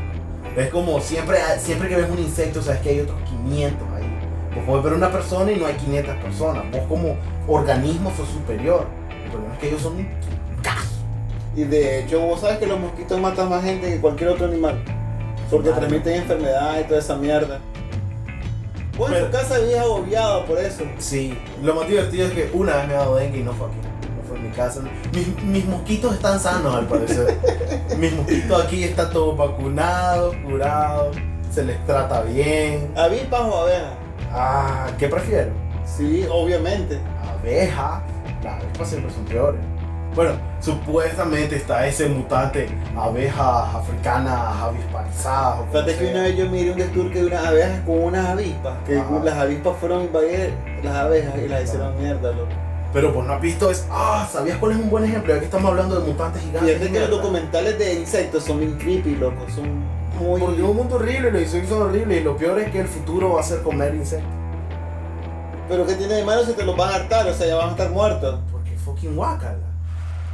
Es como siempre, ah, siempre que ves un insecto, sabes que hay otros 500 ahí. Vos podés ver una persona y no hay 500 personas. Vos como organismo sos superior. El problema es que ellos son un
Y de hecho, vos sabes que los mosquitos matan más gente que cualquier otro animal. Porque
Claro.
transmiten enfermedades y toda esa mierda. Vos en
Pero-
tu casa vivías agobiado por eso.
Sí, lo más divertido es que una vez me ha dado dengue y no fue aquí, no fue en mi casa. Mis, mis mosquitos están sanos al parecer. mis mosquitos aquí están todos vacunados, curados, se les trata bien.
¿Avispas o abejas?
Ah, ¿qué prefiero?
Sí, obviamente.
Abeja. Las abejas siempre son peores. Bueno, supuestamente está ese mutante abejas africanas avisparizadas. o como
Fíjate que
sea.
una vez yo miré un desturque de unas abejas con unas avispas. Que
Ajá.
las avispas fueron a invadir las abejas y las hicieron mierda, loco.
Pero pues no has visto es. Ah, ¿sabías cuál es un buen ejemplo? Ya que estamos hablando de mutantes gigantes.
Fíjate que los
mierda.
documentales de insectos son bien creepy, loco. Son muy.
Porque es un mundo horrible, los insectos son horribles y lo peor es que el futuro va a ser comer insectos.
Pero ¿qué tiene de malo si te los vas a hartar? O sea, ya van a estar muertos.
Porque fucking guácala.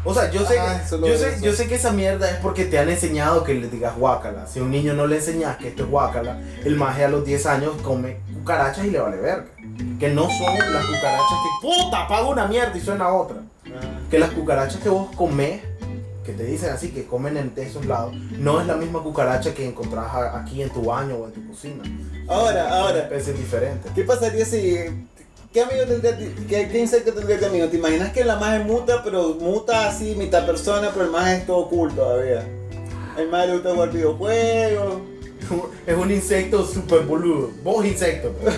O sea, yo sé,
Ah,
que,
eso lo
yo,
veo,
sé,
eso.
yo sé que esa mierda es porque te han enseñado que le digas guácala. Si a un niño no le enseñas que esto es guácala, el maje a los 10 años come cucarachas y le vale verga. Que no son las cucarachas que puta, paga una mierda y suena otra. Que las cucarachas que vos comés, que te dicen así, que comen en esos lados, no es la misma cucaracha que encontrás a- aquí en tu baño o en tu cocina.
Ahora,
Son
ahora,
especies diferentes.
¿qué pasaría si... ¿Qué amigo tendría, ti- qué, qué insecto tendría tu amigo? ¿Te imaginas que la magia muta, pero muta así, mitad persona, pero el maje es todo oculto todavía? El maje le gusta jugar videojuegos.
Es un insecto super boludo. Vos insecto. pues.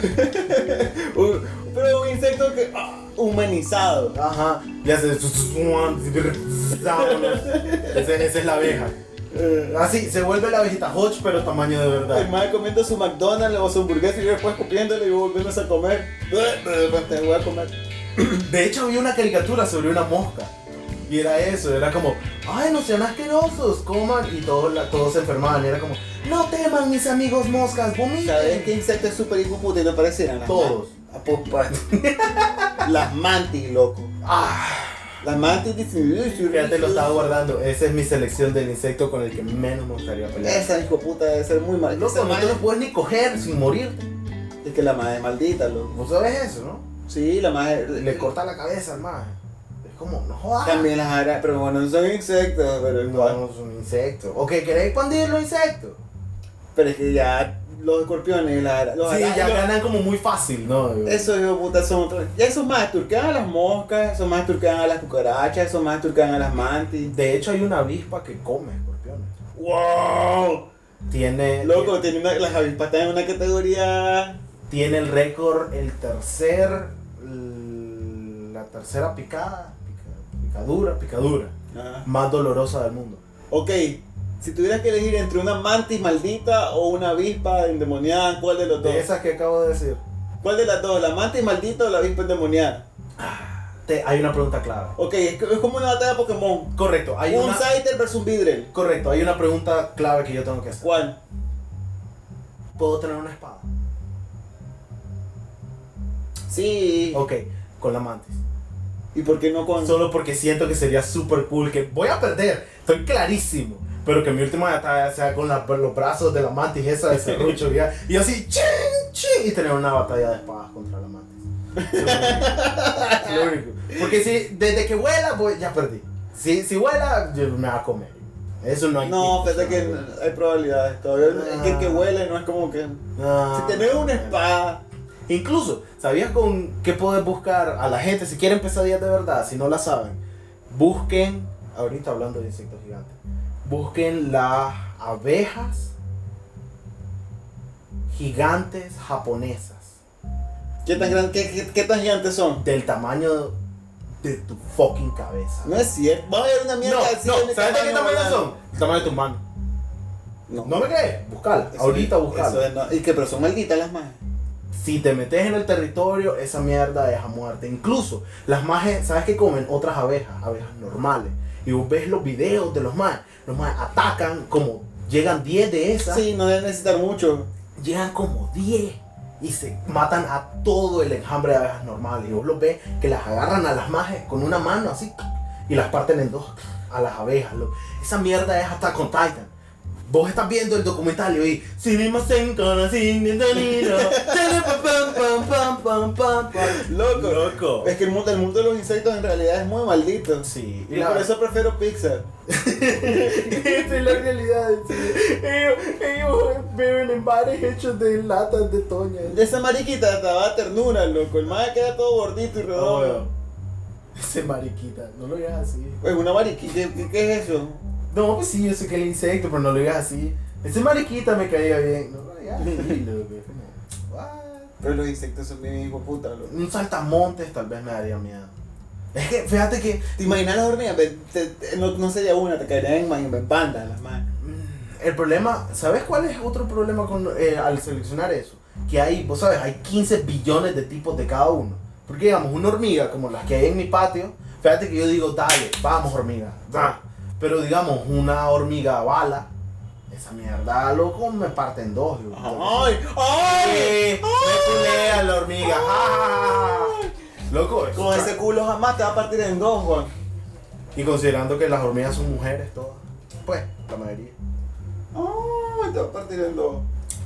Un- pero un insecto que... ah, humanizado.
Ajá, le hace. Ese- Esa es la abeja.
Eh,
Así, se vuelve la abejita Hodge, pero tamaño de
El
verdad.
mae comiendo su McDonald's o su hamburguesa y yo después copiándole y volviéndose a comer. Te voy a comer.
De hecho, había una caricatura sobre una mosca. Y era eso, era como, ay, no sean asquerosos, coman. Y todos, la- todos se enfermaban. Y era como, no teman, mis amigos moscas,
¿Sabes
vomiten.
qué insecto es súper hijo puta y no parecen las
Todos.
man- Ah, pues, pa- Las mantis, loco.
Ah,
Las mantis dicen.
fíjate, lo estaba guardando. Esa es mi selección del insecto con el que menos me gustaría pelear.
Esa hijo puta debe ser muy maldita.
Loco, no te lo puedes ni coger sin morirte.
Es que la madre es maldita, loco.
Vos sabés Pues eso, ¿no?
Sí, la madre.
le corta la cabeza al maje. Es como, no jodas.
También las arañas, pero bueno, no son insectos, pero igual.
No, es un insecto. O que querés expandir los insectos.
Pero es que ya los escorpiones y las ara- los
sí,
arañas.
ya ganan como muy fácil, ¿no?
Esos hijos de puta son otros. Ya esos más turquean a las moscas, esos más turquean a las cucarachas, esos más turquean a las mantis.
De hecho, hay una avispa que come escorpiones.
¡Wow!
Tiene,
Loco, tiene una- las avispas están en una categoría.
tiene el récord, el tercer. La tercera picada. pica- Picadura, picadura.
Ah.
Más dolorosa del mundo.
Ok, si tuvieras que elegir entre una mantis maldita o una avispa endemoniada, ¿cuál de los dos?
De esas que acabo de decir.
¿Cuál de las dos? ¿La mantis maldita o la avispa endemoniada?
te- hay una pregunta clave.
Ok, es, que- es como una batalla de Pokémon.
Correcto, hay
un
una.
Scyther versus un Vidrel.
Correcto, hay una pregunta clave que yo tengo que hacer.
¿Cuál?
¿Puedo tener una espada?
Sí.
Ok, con la mantis.
¿Y por qué no con.?
Solo porque siento que sería super cool, que voy a perder, estoy clarísimo. Pero que mi última batalla sea con la- los brazos de la mantis esa de serrucho, ya. Y así, ching, ching, y tener una batalla de espadas contra la mantis. Es lo único. Porque si, desde que vuela, voy- ya perdí. Si, si vuela, yo- me va a comer. Eso no hay.
No, fíjate que hay probabilidades. Todavía no- es que el que
Ah.
huele no es como que.
No.
Si tenés una espada.
Incluso, ¿sabías con qué puedes buscar a la gente? Si quieren pesadillas de verdad, si no la saben, busquen, ahorita hablando de insectos gigantes, busquen las abejas gigantes japonesas,
¿Qué tan, gran- qué, qué- qué tan gigantes son?
del tamaño de tu fucking cabeza.
No es cierto. Va a haber una mierda
No,
así.
no,
en el
¿sabes de qué
tamaño
tamaño
volando.
son? El tamaño de tu mano.
No.
¿No me crees? Buscala,
Eso
ahorita
es-
buscala.
eso es no- Y que, pero son malditas las más.
Si te metes en el territorio, esa mierda es a muerte. Incluso las majes, ¿sabes qué comen? Otras abejas, abejas normales. Y vos ves los videos de los majes. Los majes atacan como, llegan 10 de esas,
Sí, no deben necesitar mucho.
llegan como 10 y se matan a todo el enjambre de abejas normales. Y vos los ves que las agarran a las majes con una mano así y las parten en dos a las abejas. lo- Esa mierda es hasta con Titan. Vos estás viendo el documental y oí, "Si mi más en cara, si mi danilo, tele pam, pam, pam, pam, pam, pam".
Loco.
Loco.
Es que el mundo, el mundo de los insectos en realidad es muy maldito.
Sí,
Y por eso prefiero Pixar.
Esta es la realidad. sí. Ellos, ellos beben en bares hechos de latas de toña.
De esa mariquita hasta daba ternura, loco. El mae queda todo gordito y
Oh,
redondo.
Ese mariquita, no lo digas así.
Es una mariquita. ¿Qué, qué- qué es eso?
No, pues sí, yo sé que el insecto, pero no lo digas así. Ese mariquita me caía bien. No lo digas así, loco. Es como, what?
Pero los insectos son bien hijo puta, loco.
Un saltamontes tal vez me daría miedo. Es que, fíjate que
¿Te imaginas las hormigas? Ve, te- te- no, no sería una, te caerían en, en bandas las más.
mm, el problema, ¿sabes cuál es otro problema con, eh, al seleccionar eso? Que hay, vos sabes, hay 15 billones de tipos de cada uno. Porque digamos, una hormiga como las que hay en mi patio, fíjate que yo digo, dale, vamos hormiga, da. Pero digamos, una hormiga bala, Esa mierda, loco, me parte en dos. loco.
¡Ay!
Sí,
¡Ay!
Me culea la hormiga. ja, ja, ja, ja. Loco, eso
Con
está-
ese culo jamás te va a partir en dos, Juan.
Y considerando que las hormigas son mujeres todas. Pues, la mayoría.
¡Ay! Te va a partir en dos.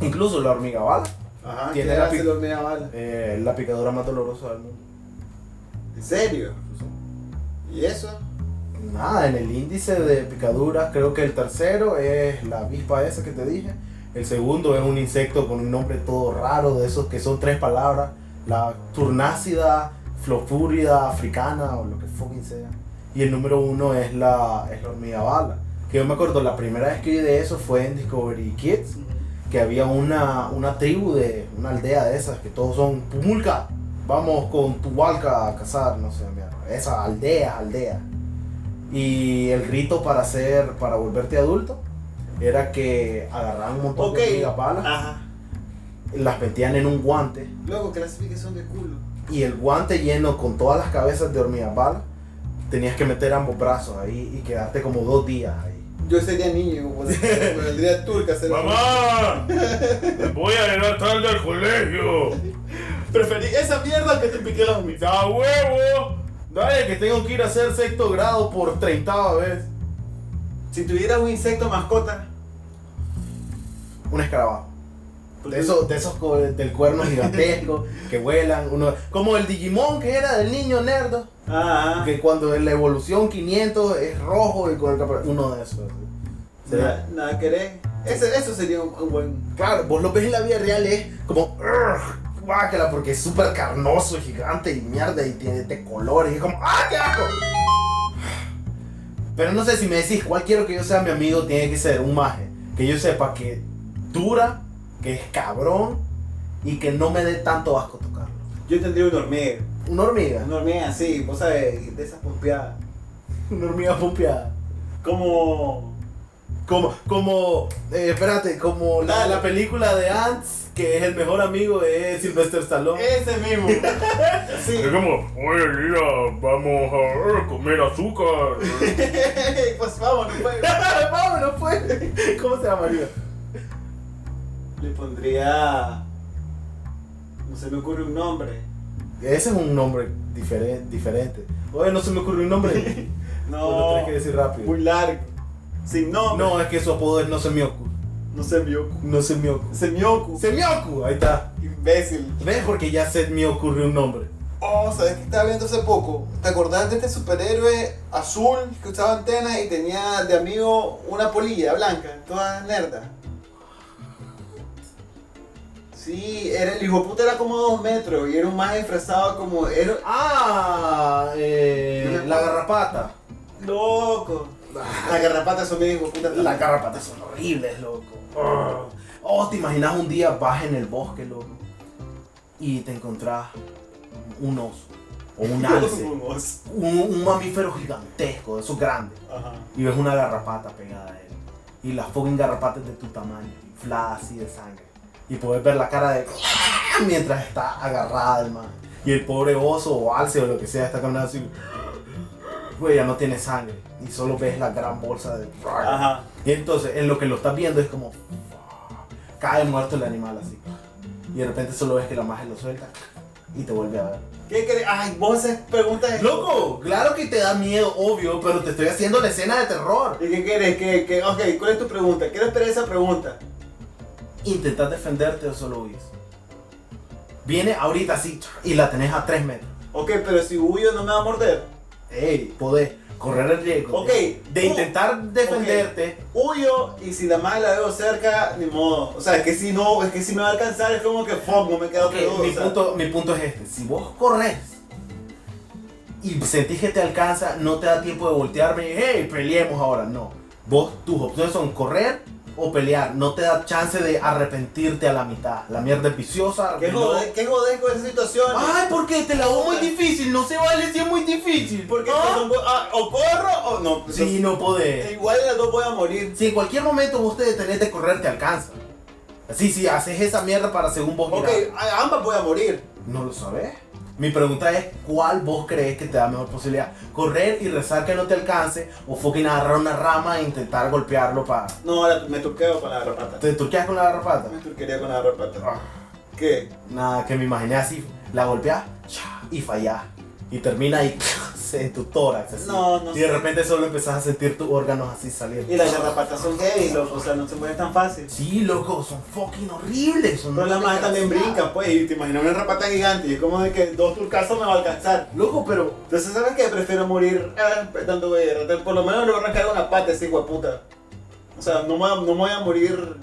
Incluso la hormiga bala.
Ajá.
Tiene
¿qué
la
hace
pi-
la hormiga bala?
eh, la picadura más dolorosa del mundo.
¿En serio? ¿Y eso?
Nada, en el índice de picaduras, creo que el tercero es la avispa esa que te dije. El segundo es un insecto con un nombre todo raro, de esos que son tres palabras. La turnácida, flofúrida, africana o lo que fucking sea. Y el número uno es la, es la hormiga bala. Que yo me acuerdo, la primera vez que vi de eso fue en Discovery Kids. que había una, una tribu de una aldea de esas que todos son Pumulca, vamos con tu balca a cazar, no sé, mierda. esas aldeas, aldeas. Y el rito para ser, para volverte adulto, era que agarraban un montón
Ok.
de hormigas balas,
Ajá.
las metían en un guante
Luego, clasificación de culo.
y el guante lleno con todas las cabezas de hormigas balas, tenías que meter ambos brazos ahí y quedarte como dos días ahí.
Yo sería niño, con el día turca sería
¡Mamá! ¡Me voy a llegar tarde al colegio!
Preferí esa mierda que te piqué las hormigas.
¡Da huevo!
Dale, que tengo que ir a hacer sexto grado por 30 vez.
Si tuvieras un insecto mascota,
Un escarabajo. De esos, de esos co- del cuerno gigantesco que vuelan, uno, como el Digimon que era del niño nerdo,
Ah,
que cuando en la evolución 500 es rojo y con el capa- uno de esos.
ah.
Sí.
Nada, nada querés. Ese, eso sería un, un buen.
Claro, vos lo ves en la vida real es como, "Ugh, guácala, porque es súper carnoso, y gigante y mierda y tiene este color y es como, ¡ah, qué asco! Pero no sé si me decís cuál quiero que yo sea mi amigo, tiene que ser un maje, que yo sepa que dura, que es cabrón y que no me dé tanto asco tocarlo.
Yo tendría una hormiga.
Una hormiga.
Una hormiga así, vos sabes, de esas pompeadas.
Una hormiga pompeada.
Como.
Como, como, eh, espérate, como la, la película de Ants, que es el mejor amigo de Sylvester Stallone.
Ese mismo. sí.
como, oye, mira, vamos a eh, comer azúcar.
pues vámonos, pues.
Vámonos, pues. ¿Cómo se llamaría?
Le pondría. No se me ocurre un nombre.
Ese es un nombre diferente. diferente. Oye, no se me ocurrió un nombre. Pues Lo
No.
tenés que decir rápido.
Muy largo. Sin nombre.
No, es que su apodo es No se me ocu.
No se me ocurre.
No se me ocu.
Se me ocurre.
Se me ocu. Ahí está.
Imbécil.
¿Ves? Porque ya se me ocurrió un nombre.
Oh, ¿sabes qué estaba viendo hace poco? ¿Te acordás de este superhéroe azul que usaba antena y tenía de amigo una polilla blanca, toda nerda? Sí, era, el hijo puta era como dos metros y era un más disfrazado como... Era
Ah, eh, la garrapata.
loco. Las garrapatas son bien hijo puta.
Las garrapatas son horribles, loco. Urgh. Oh, te imaginas un día vas en el bosque, loco, y te encontrás un oso o un alce, un,
oso.
un mamífero gigantesco, de esos grandes,
Ajá.
y ves una garrapata pegada a él. Y las fucking garrapatas de tu tamaño, infladas así de sangre. Y puedes ver la cara de mientras está agarrada el man. Y el pobre oso o alce o lo que sea está caminando así. Güey, ya no tiene sangre. Y solo ves la gran bolsa de.
Ajá.
Y entonces, en lo que lo estás viendo es como. Cae muerto el animal así. Y de repente solo ves que la magia lo suelta y te vuelve a ver.
¿Qué crees? Ay, vos haces preguntas...
¡Loco! Claro que te da miedo, obvio, pero te estoy haciendo la escena de terror.
¿Y qué quieres? ¿Qué, qué? Ok, ¿cuál es tu pregunta? Quiero esperar esa pregunta.
Intentas defenderte o solo huyes. Viene ahorita así y la tenés a 3 metros.
Ok, pero si huyo no me va a morder.
¡Ey! Podés correr el riesgo
Ok.
de- de
Uh,
intentar defenderte.
huyo y si la madre la veo cerca, ni modo. O sea, es que si no, es que si me va a alcanzar es como que fuck, no me queda
Ok,
otra duda.
mi,
o sea.
punto, mi punto es este. Si vos corres y sentís que te alcanza, no te da tiempo de voltearme y hey, peleemos ahora. No. Vos, tus opciones son correr o pelear. No te da chance de arrepentirte a la mitad. La mierda es viciosa.
¿Qué,
reloj.
jode- qué jodés con esa situación?
Ay, porque te la hago muy difícil. No se vale si es muy difícil.
Porque
Ah.
son- ah, o corro o no. pues,
Sí, no podés.
Igual las dos voy a morir.
Si en cualquier momento vos te detenés de correr, te alcanza. Así, si haces esa mierda para según vos
Ok,
mirar.
a- ambas voy a morir.
No lo sabes. Mi pregunta es, ¿cuál vos crees que te da mejor posibilidad? ¿Correr y rezar que no te alcance? ¿O fucking agarrar una rama e intentar golpearlo para...
No, ahora me turqueo con la garrapata.
¿Te turqueas con la garrapata?
Me turquería con la garrapata. ¿Qué?
Nada, que me imaginé así, la golpeás cha, y fallás. Y termina ahí en tu tórax. así.
No, no
Y de
sé.
repente solo empezás a sentir tus órganos así saliendo.
Y las garrapatas son heavy, loco, o sea, no se mueven tan fácil.
Sí, loco, son fucking horribles. Son
Pero las
unos
más también brincan, pues, y te imaginas una garrapata gigante, y es como de que dos turcazos me va a alcanzar.
Loco, pero
Entonces, ¿sabes qué? Prefiero morir eh, dando guerra. Tal- Por lo menos le voy a arrancar una pata a ese puta. O sea, no me, no me voy a morir.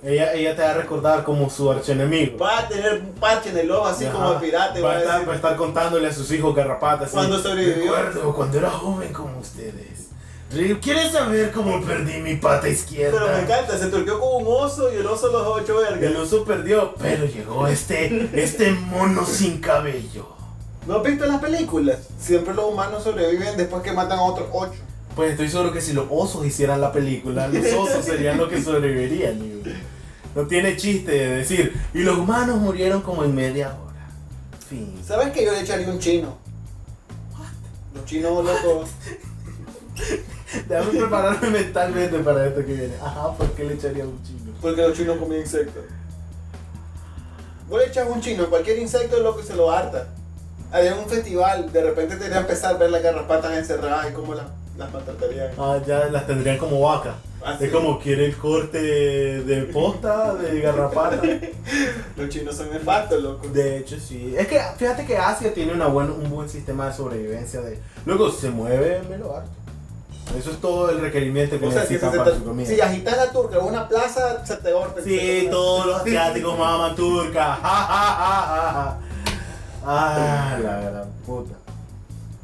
ella, ella te va a recordar como su archienemigo.
Va a tener un parche en el ojo, así
Ajá.
como el pirata. y
Va
Va
a, estar, va a
decir,
estar contándole a sus hijos garrapatas.
Cuando sobrevivió.
Recuerdo cuando era joven como ustedes. Río, ¿Quieres saber cómo perdí mi pata izquierda?
Pero me encanta, se turqueó como un oso y el oso los ocho
El
vergas.
oso perdió, pero llegó este, este mono sin cabello.
¿No has visto las películas? Siempre los humanos sobreviven después que matan a otros ocho.
Pues estoy seguro que si los osos hicieran la película, los osos serían los que sobrevivirían. digo. No tiene chiste de decir, y los humanos murieron como en media hora. Fin.
¿Sabes que yo le echaría un chino? Los chinos locos.
Déjame prepararme mentalmente para esto que viene. Ajá, ¿por qué le echaría un chino?
Porque los chinos comían insectos. Vos le echas un chino, cualquier insecto loco y se lo harta. Había un festival, de repente tenía que empezar a ver las garrapatas encerradas y cómo las, las maltratarían.
Ah, ya las tendrían como vaca.
Ah,
Es
sí.
como, ¿quiere el corte de posta, de garrapata?
Los chinos son nefastos, loco.
De hecho, sí. Es que fíjate que Asia tiene una buen- un buen sistema de sobrevivencia. de Luego se mueve, me lo harto. Eso es todo el requerimiento que
O sea, si,
necesitan
se
para
te-
su comida.
si agitas la turca en una plaza, se te orte.
Sí, todos los asiáticos maman turca. Ja, ja, ja, ja, ja. Ah, la gran puta.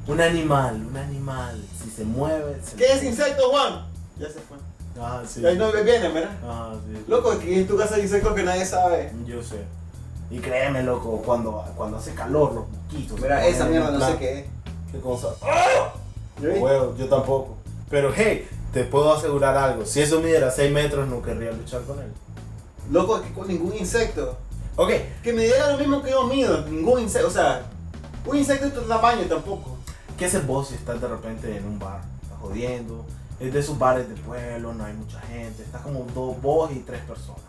Un animal, un animal. Si se mueve, se
¿Qué es insecto, Juan? Ya se fue.
Ah, sí.
Ahí no viene, mira.
Ah, sí.
Loco, aquí en tu casa hay insectos que nadie sabe.
Yo sé. Y créeme, loco, cuando, cuando hace calor, los mosquitos.
Mira,
se
esa
ponen
mierda no
blancos.
sé qué es.
¿Qué cosa?
¿Ya viste?
Huevo, yo tampoco. Pero hey, te puedo asegurar algo. Si eso midiera 6 metros, no querría luchar con él.
Loco, aquí con ningún insecto.
Ok,
Que me diera lo mismo que yo mido, ningún insecto, o sea, un insecto de tu tamaño tampoco.
¿qué haces vos si estás de repente en un bar? Estás jodiendo. Es de esos bares de pueblo, no hay mucha gente. Estás como dos, vos y tres personas.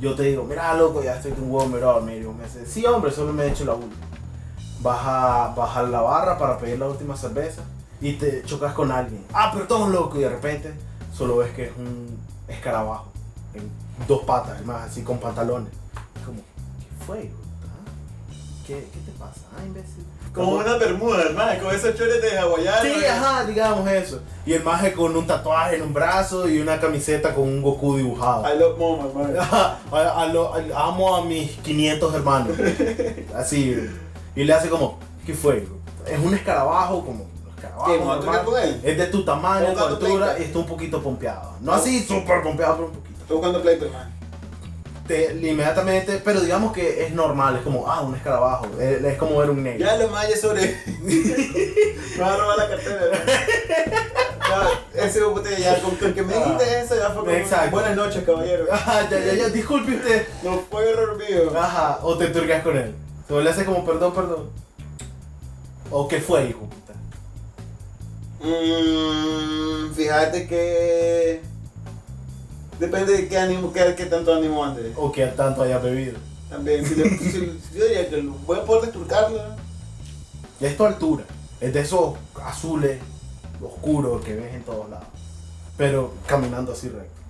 Yo te digo, mira, loco, ya estoy de un huevo, me voy a dormir. Y vos me dices, sí, hombre, solo me he hecho la última. Vas a bajar la barra para pedir la última cerveza y te chocas con alguien. Ah, pero todo loco. Y de repente solo ves que es un escarabajo. En dos patas, además, así con pantalones. Es como, ¿qué fue? hijo? ¿Ah? ¿Qué, ¿Qué te pasa? Ah, imbécil.
Como una bermuda, hermano, con esos chores de eh. hawaiano.
Sí, ajá, digamos eso. Y el maje con un tatuaje en un brazo y una camiseta con un Goku dibujado.
I love mom, hermano.
Ajá, a- a lo- al- amo a mis 500 hermanos. Así. Y le hace como, ¿qué fue? Es un escarabajo como... los escarabajos
¿Qué, me voy a tocar
normales.
con él?
Es de tu tamaño,
¿Estás
tu
buscando
altura
pleito?
y está un poquito pompeado. No así súper pompeado, pero un poquito.
Estoy buscando pleito, hermano.
Te, inmediatamente, pero digamos que es normal, es como, ah, un escarabajo. Es, es como ver un negro.
Ya los mayas sobre. me va a robar la cartera, hermano. Ya, ese hijo de puta ya, con con que me dijiste eso ya fue como.
Exacto.
Buenas noches, caballero.
Ajá, ya, ya, ya, disculpe usted.
No fue error mío.
Ajá, o te turcas con él. O le haces como perdón, perdón. O qué fue, hijo puta.
Mm, fíjate que. Depende de qué ánimo, qué, qué tanto ánimo andes.
O que tanto hayas bebido.
También, si le- si- yo diría que lo voy a poder desturcarlo.
Es tu altura. Es de esos azules oscuros que ves en todos lados. Pero caminando así recto.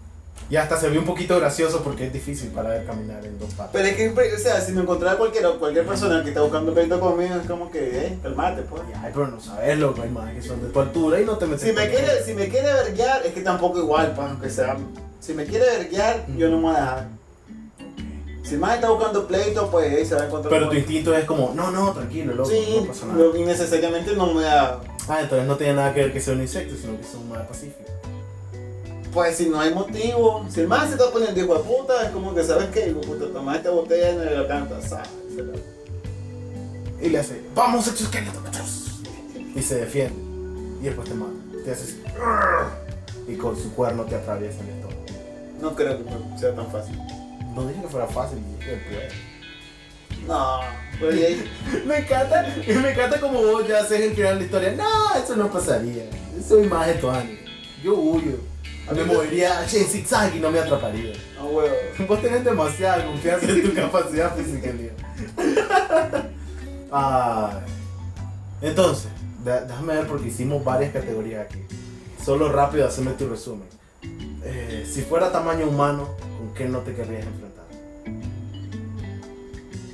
Y hasta se ve un poquito gracioso porque es difícil para él caminar en dos patas.
Pero es que, o sea, si me encontrara cualquiera, cualquier persona que está buscando pleito conmigo, es como que, eh, calmate, pues.
Ay, pero no sabes, loco, hay más que son de tu altura y no te metes
Si me
con ellos.
quiere, si me quiere verguear, es que tampoco igual, pa, aunque sea. Si me quiere verguear,
Mm.
yo no me voy a dejar. Si más está buscando pleito, pues eh, se va a encontrar.
Pero tu
con-
instinto es como, no, no, tranquilo, loco,
Sí,
no pasa nada.
pero innecesariamente no me voy a.
Ah, entonces no tiene nada que ver que sea un insecto, sino que son más pacíficos.
Pues si no hay motivo, si el man se está poniendo hijo de puta, es como que sabes qué, hijo de puta, toma esta botella y no la canta, ¿sabes?
Y le hace, vamos exoesqueleto. Y se defiende. Y después te mata. Te hace así. Y con su cuerno te atraviesa el estómago.
No creo que sea tan fácil.
No dije que fuera fácil, dije que puede.
No, pero y ahí.
Me encanta, me encanta como vos ya haces el final de la historia. No, eso no pasaría. Eso es imagen tu anime. Yo huyo. Me movería en zigzag y no me atraparía.
A huevo.
Vos tenés demasiada confianza en tu capacidad física, tío. Ah, entonces, da- déjame ver porque hicimos varias categorías aquí. Solo rápido, haceme tu resumen. Eh, si fuera tamaño humano, ¿con qué no te querrías enfrentar?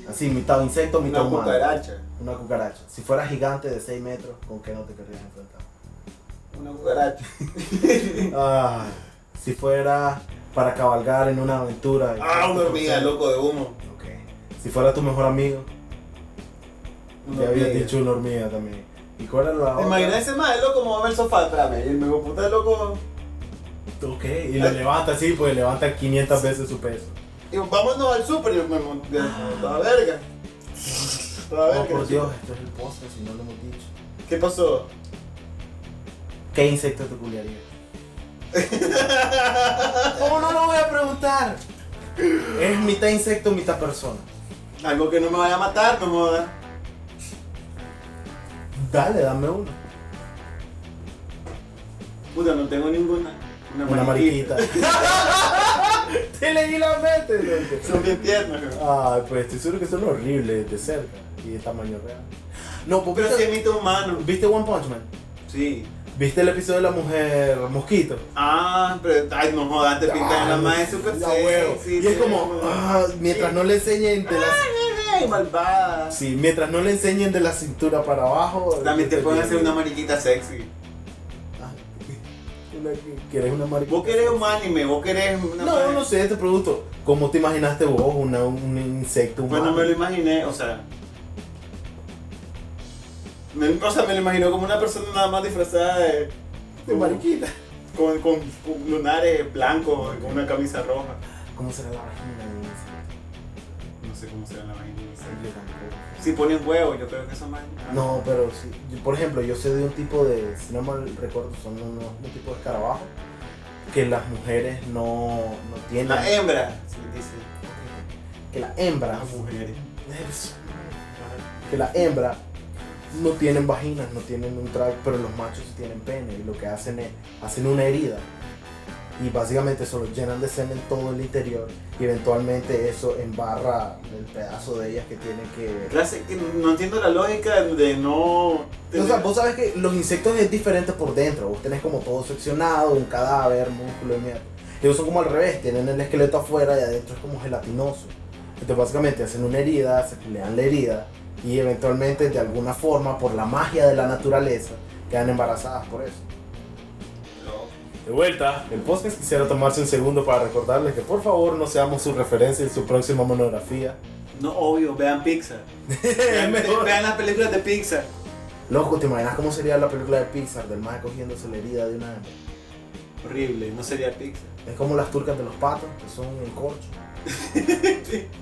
Así, mitad insecto, mitad
Una
humano.
cucaracha.
Una cucaracha. Si fuera gigante de 6 metros, ¿con qué no te querrías enfrentar?
Una cucaracha.
Ah, si fuera para cabalgar en una aventura.
Ah, una hormiga, loco de humo.
Ok. Si fuera tu mejor amigo,
Una
te había
hormiga.
dicho una hormiga también. ¿Y cuál era la
¿Te
otra?
imaginas ese más, el loco como va el sofá, espérame. Y el mego puta loco.
Ok, y lo levanta así, pues levanta 500 veces su peso.
Y vámonos al super y yo me monté. Toda verga. Toda
Oh,
verga.
por Dios, esto es el postre, si no lo hemos dicho.
¿Qué pasó?
¿Qué insecto te culiaría? ¿Cómo no lo voy a preguntar? Es mitad insecto, mitad persona.
Algo que no me vaya a matar, no moda.
Dale, dame uno.
Puta, no tengo ninguna.
Una mariquita. Te leí la mente. loco.
Son bien tiernos, güey.
Ay, pues estoy seguro que son horribles de cerca y de tamaño real. No, pues
Pero si
viste,
es mito humano.
¿viste One Punch Man.
Sí.
¿Viste el episodio de la mujer mosquito? Ah,
Ah, pero. Ay, no jodas, te pintan la madre super
La huevo.
sexy,
y es
sí,
como,
güey.
ah, mientras no le enseñen de la,
Ay, malvada.
sí, mientras no le enseñen de la cintura para abajo.
También te
yo
pueden
quiero.
hacer una mariquita sexy.
Ah, una que- ¿Quieres una mariquita?
Vos querés un anime, vos querés una.
No,
madre-
no sé, te pregunto, ¿cómo te imaginaste vos una- un insecto humano?
Bueno, me lo imaginé, o sea. Me, o sea, me lo imagino como una persona nada más disfrazada de.
De mariquita.
Con, con, con lunares blancos, con una camisa roja.
¿Cómo será la vagina de un insecto?
No sé cómo será la vaina. no sé.
Yo tampoco.
Si ponen huevos, yo creo que eso más.
No, pero sí. Yo, por ejemplo, yo sé de un tipo de, si no mal recuerdo, son unos, un tipo de escarabajo que las mujeres no, no tienen.
Ah, La hembra, sí, dice.
que las hembras.
Las mujeres.
Eso. Que las hembras no tienen vaginas, no tienen un trago, pero los machos sí tienen pene. Y lo que hacen es, hacen una herida. Y básicamente se los llenan de semen todo el interior. Y eventualmente eso embarra el pedazo de ellas que tienen que.
Clase, que no entiendo la lógica de no.
O sea,
tener-
vos sabes que los insectos es diferente por dentro. Vos tenés como todo seccionado, un cadáver, músculo y mierda. Ellos son como al revés, tienen el esqueleto afuera y adentro es como gelatinoso. Entonces básicamente hacen una herida, se culean la herida y eventualmente de alguna forma, por la magia de la naturaleza, quedan embarazadas por eso.
No.
De vuelta.
El podcast quisiera tomarse un segundo para recordarles que por favor no seamos su referencia en su próxima monografía.
No, obvio, vean Pixar. vean,
mejor.
vean las películas de Pixar.
Loco, ¿te imaginas cómo sería la película de Pixar del más cogiéndose la herida de una hembra?
Horrible, no sería Pixar.
Es como las turcas de los patos, que son el corcho.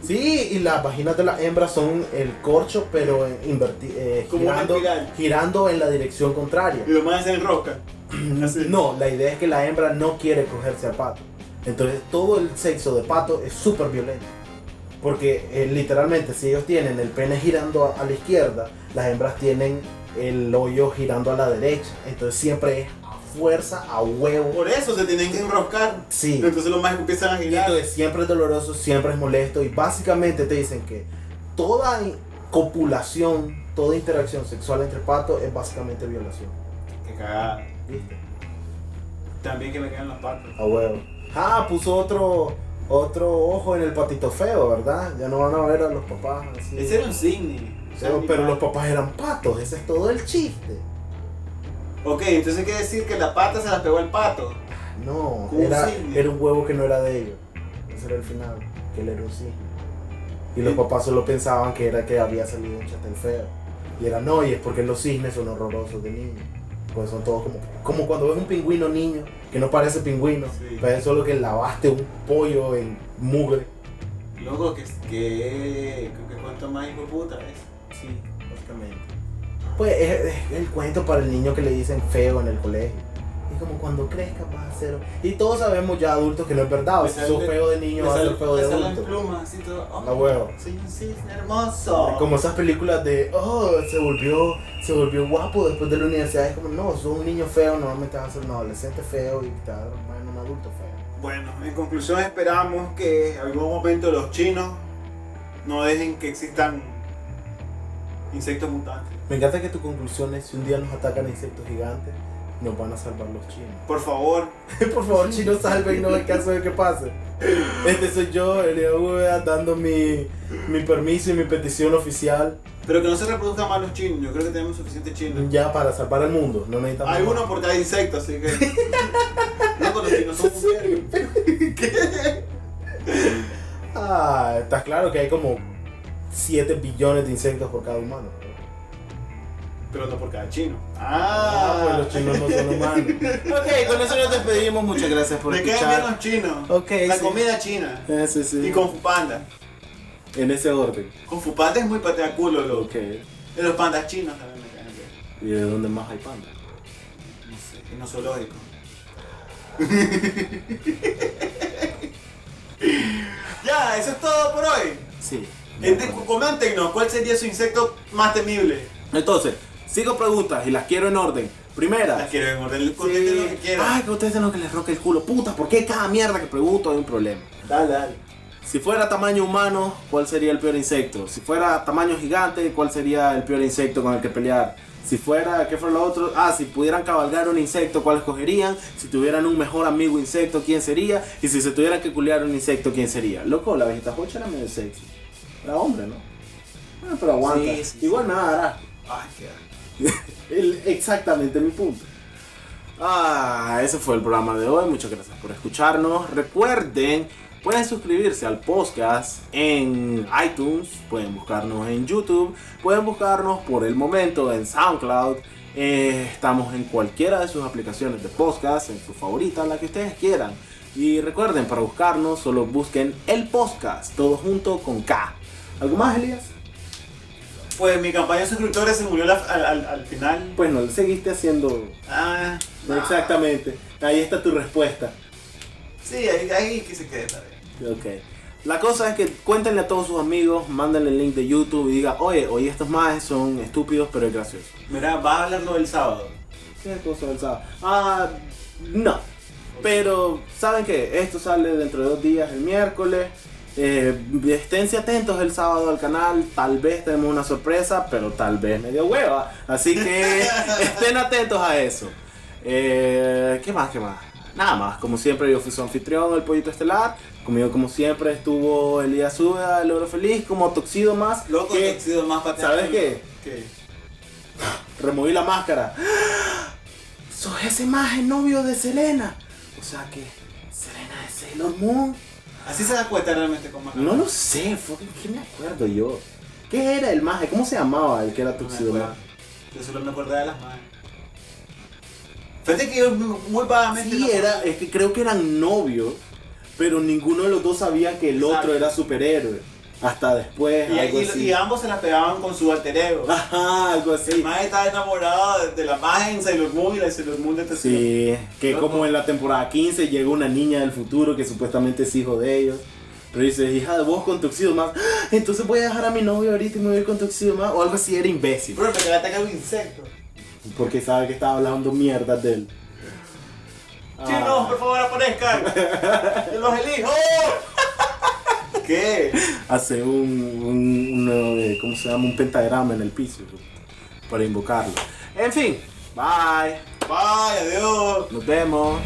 sí, y las vaginas de las hembras son el corcho, pero en- inverti- eh,
Como una
girando,
espiral.
girando en la dirección contraria.
Y lo más en roca. Así.
No, la idea es que la hembra no quiere cogerse al pato. Entonces todo el sexo de pato es súper violento. Porque eh, literalmente si ellos tienen el pene girando a, a la izquierda, las hembras tienen el hoyo girando a la derecha. Entonces siempre es a fuerza, a huevo.
Por eso se tienen que enroscar.
Sí.
Entonces los más empiezan a
Y
girar.
entonces siempre es doloroso, siempre es molesto y básicamente te dicen que toda i- copulación, toda interacción sexual entre patos es básicamente violación.
Que cagada.
¿Viste?
También que me quedan las patas.
A huevo. Ah, puso otro otro ojo en el patito feo, ¿verdad? Ya no van a ver a los papás así.
Ese era un cine.
Pero, pero los papás eran patos, ese es todo el chiste.
Ok, entonces quiere decir que la pata se la pegó el pato.
No,
Como un
era,
cisne.
era un huevo que no era de ellos. Ese era el final, que él era un cisne. Y los
Sí.
papás solo pensaban que era que había salido un chatel feo. Y era no, y es porque los cisnes son horrorosos de niño. Pues son todos como, como cuando ves un pingüino niño, que no parece pingüino,
Sí.
pero es solo que lavaste un pollo en mugre.
Loco, que. que, que cuánto más hijo de puta es.
Sí, básicamente. Pues es, es el cuento para el niño que le dicen feo en el colegio.
Y como cuando crezca vas a ser. Y todos sabemos ya adultos que no es verdad. O
Me
si sos
sale-
feo de niño,
Le
vas a ser
salen-
feo de
le salen
adulto. pues.
plumas y todo. Oh,
No huevo.
Soy un cisne hermoso.
Como esas películas de, oh, se volvió, se volvió guapo después de la universidad. Es como, no, sos un niño feo, normalmente vas a ser un adolescente feo y te vas a transformar en un adulto feo.
Bueno, en conclusión esperamos que en algún momento los chinos no dejen que existan insectos mutantes.
Me encanta que tu conclusión es, si un día nos atacan insectos gigantes, nos van a salvar los chinos.
Por favor,
Por favor, chinos, salven y no hay caso de que pase. Este soy yo, Elio Úbeda, dando mi, mi permiso y mi petición oficial
pero que no se reproduzcan más los chinos. Yo creo que tenemos suficiente chinos.
ya para salvar el mundo. No necesitamos...
Hay uno por cada insecto, así que. Loco, los chinos son un vergo.
Ah, está claro que hay como 7 billones de insectos por cada humano.
Pero no por cada chino.
Ah, pues
Ah,
los chinos no son humanos.
Ok, con eso nos despedimos. Muchas gracias por
me quedan bien
escuchar.
los chinos.
Ok,
La
sí.
comida china.
Eh, sí, sí.
Y con fupanda.
En ese orden.
Con fupanda es muy pateaculo, loco.
Ok. ¿Y
De los pandas chinos también me caen bien.
de dónde más hay panda?
No sé, y no zoológico. ya, eso es todo por hoy.
Sí.
Gente,
pues.
cu- coméntenos cuál sería su insecto más temible.
Entonces, sigo preguntas y las quiero en orden. Primera.
Las quiero en orden, contesten lo que
Sí. Ah.
quieran.
Ay, que ustedes son los que les roca el culo. Puta, ¿por qué cada mierda que pregunto hay un problema?
Dale, dale.
Si fuera tamaño humano, ¿cuál sería el peor insecto? Si fuera tamaño gigante, ¿cuál sería el peor insecto con el que pelear? Si fuera, ¿qué fue lo otro? Ah, si pudieran cabalgar un insecto, ¿cuál escogerían? Si tuvieran un mejor amigo insecto, ¿quién sería? Y si se tuvieran que culiar un insecto, ¿quién sería? Loco, la vegeta jocha era medio sexy. Era hombre, ¿no? Bueno, pero aguanta.
Sí, sí, sí.
Igual nada hará.
Ay, qué asco.
El- exactamente mi punto. Ah, ese fue el programa de hoy. Muchas gracias por escucharnos. Recuerden, pueden suscribirse al podcast en iTunes, pueden buscarnos en YouTube, pueden buscarnos por el momento en SoundCloud. Eh, estamos en cualquiera de sus aplicaciones de podcast, en su favorita, la que ustedes quieran. Y recuerden, para buscarnos, solo busquen el podcast, todo junto con K. ¿Algo más, Elías?
Pues mi campaña de suscriptores se murió la- al, al- al final.
Pues no, le seguiste haciendo
Ah, no.
Exactamente. Ahí está tu respuesta.
Sí, ahí, ahí que se quede también.
Ok. La cosa es que cuéntenle a todos sus amigos, mándenle el link de YouTube y diga, oye, oye, estos más son estúpidos, pero es gracioso.
Mira, vas a hablarlo del sábado.
¿Qué cosa del sábado? Ah, no. Pero, ¿saben qué? Esto sale dentro de dos días, el miércoles. Eh, esténse atentos el sábado al canal. Tal vez tenemos una sorpresa, pero tal vez medio hueva. Así que estén atentos a eso. Eh, ¿Qué más? ¿Qué más? Nada más. Como siempre, yo fui su anfitrión, el Pollito Estelar. Conmigo, como siempre, estuvo Elías Uda, el Oro Feliz, como Toxido más.
Loco,
que
he sido más pateaculo.
¿Sabes qué?
¿Qué?
Removí la máscara. Sos ese maje novio de Selena. O sea que Selena es Sailor Moon.
Así se da cuenta realmente con más
No lo sé, fucking, ¿qué me acuerdo yo? ¿Qué era el maje? ¿Cómo se llamaba el que era
No me
tuxido?
acuerdo. Yo solo me acordaba de las manos. Fíjate que yo muy vagamente.
Sí,
no-
era, es que creo que eran novios, pero ninguno de los dos sabía que el otro
Exacto.
era superhéroe. Hasta después,
Y,
eh, algo
y-
así. Ah,
y ambos se las pegaban con su alter ego.
Ajá, algo
El
así.
más estaba enamorado de, de la magia en Sailor Moon y la Sailor Moon de este
Sí, que como en la temporada 15 llegó una niña del futuro que supuestamente es hijo de ellos. Pero dice, hija de vos con tuxido más. ¡Ah! Entonces voy a dejar a mi novio ahorita y me voy a ir con tuxido más. O algo así, era imbécil.
Bro, me acaba de atacar un insecto.
Porque sabe que estaba hablando mierda de él. Ah.
Chinos, por favor, aparezcan. Yo los elijo. ¿Qué?
Hace un, un- uno de- ¿cómo se llama? Un pentagrama en el piso. Para invocarlo. En fin, bye.
Bye, adiós.
Nos vemos.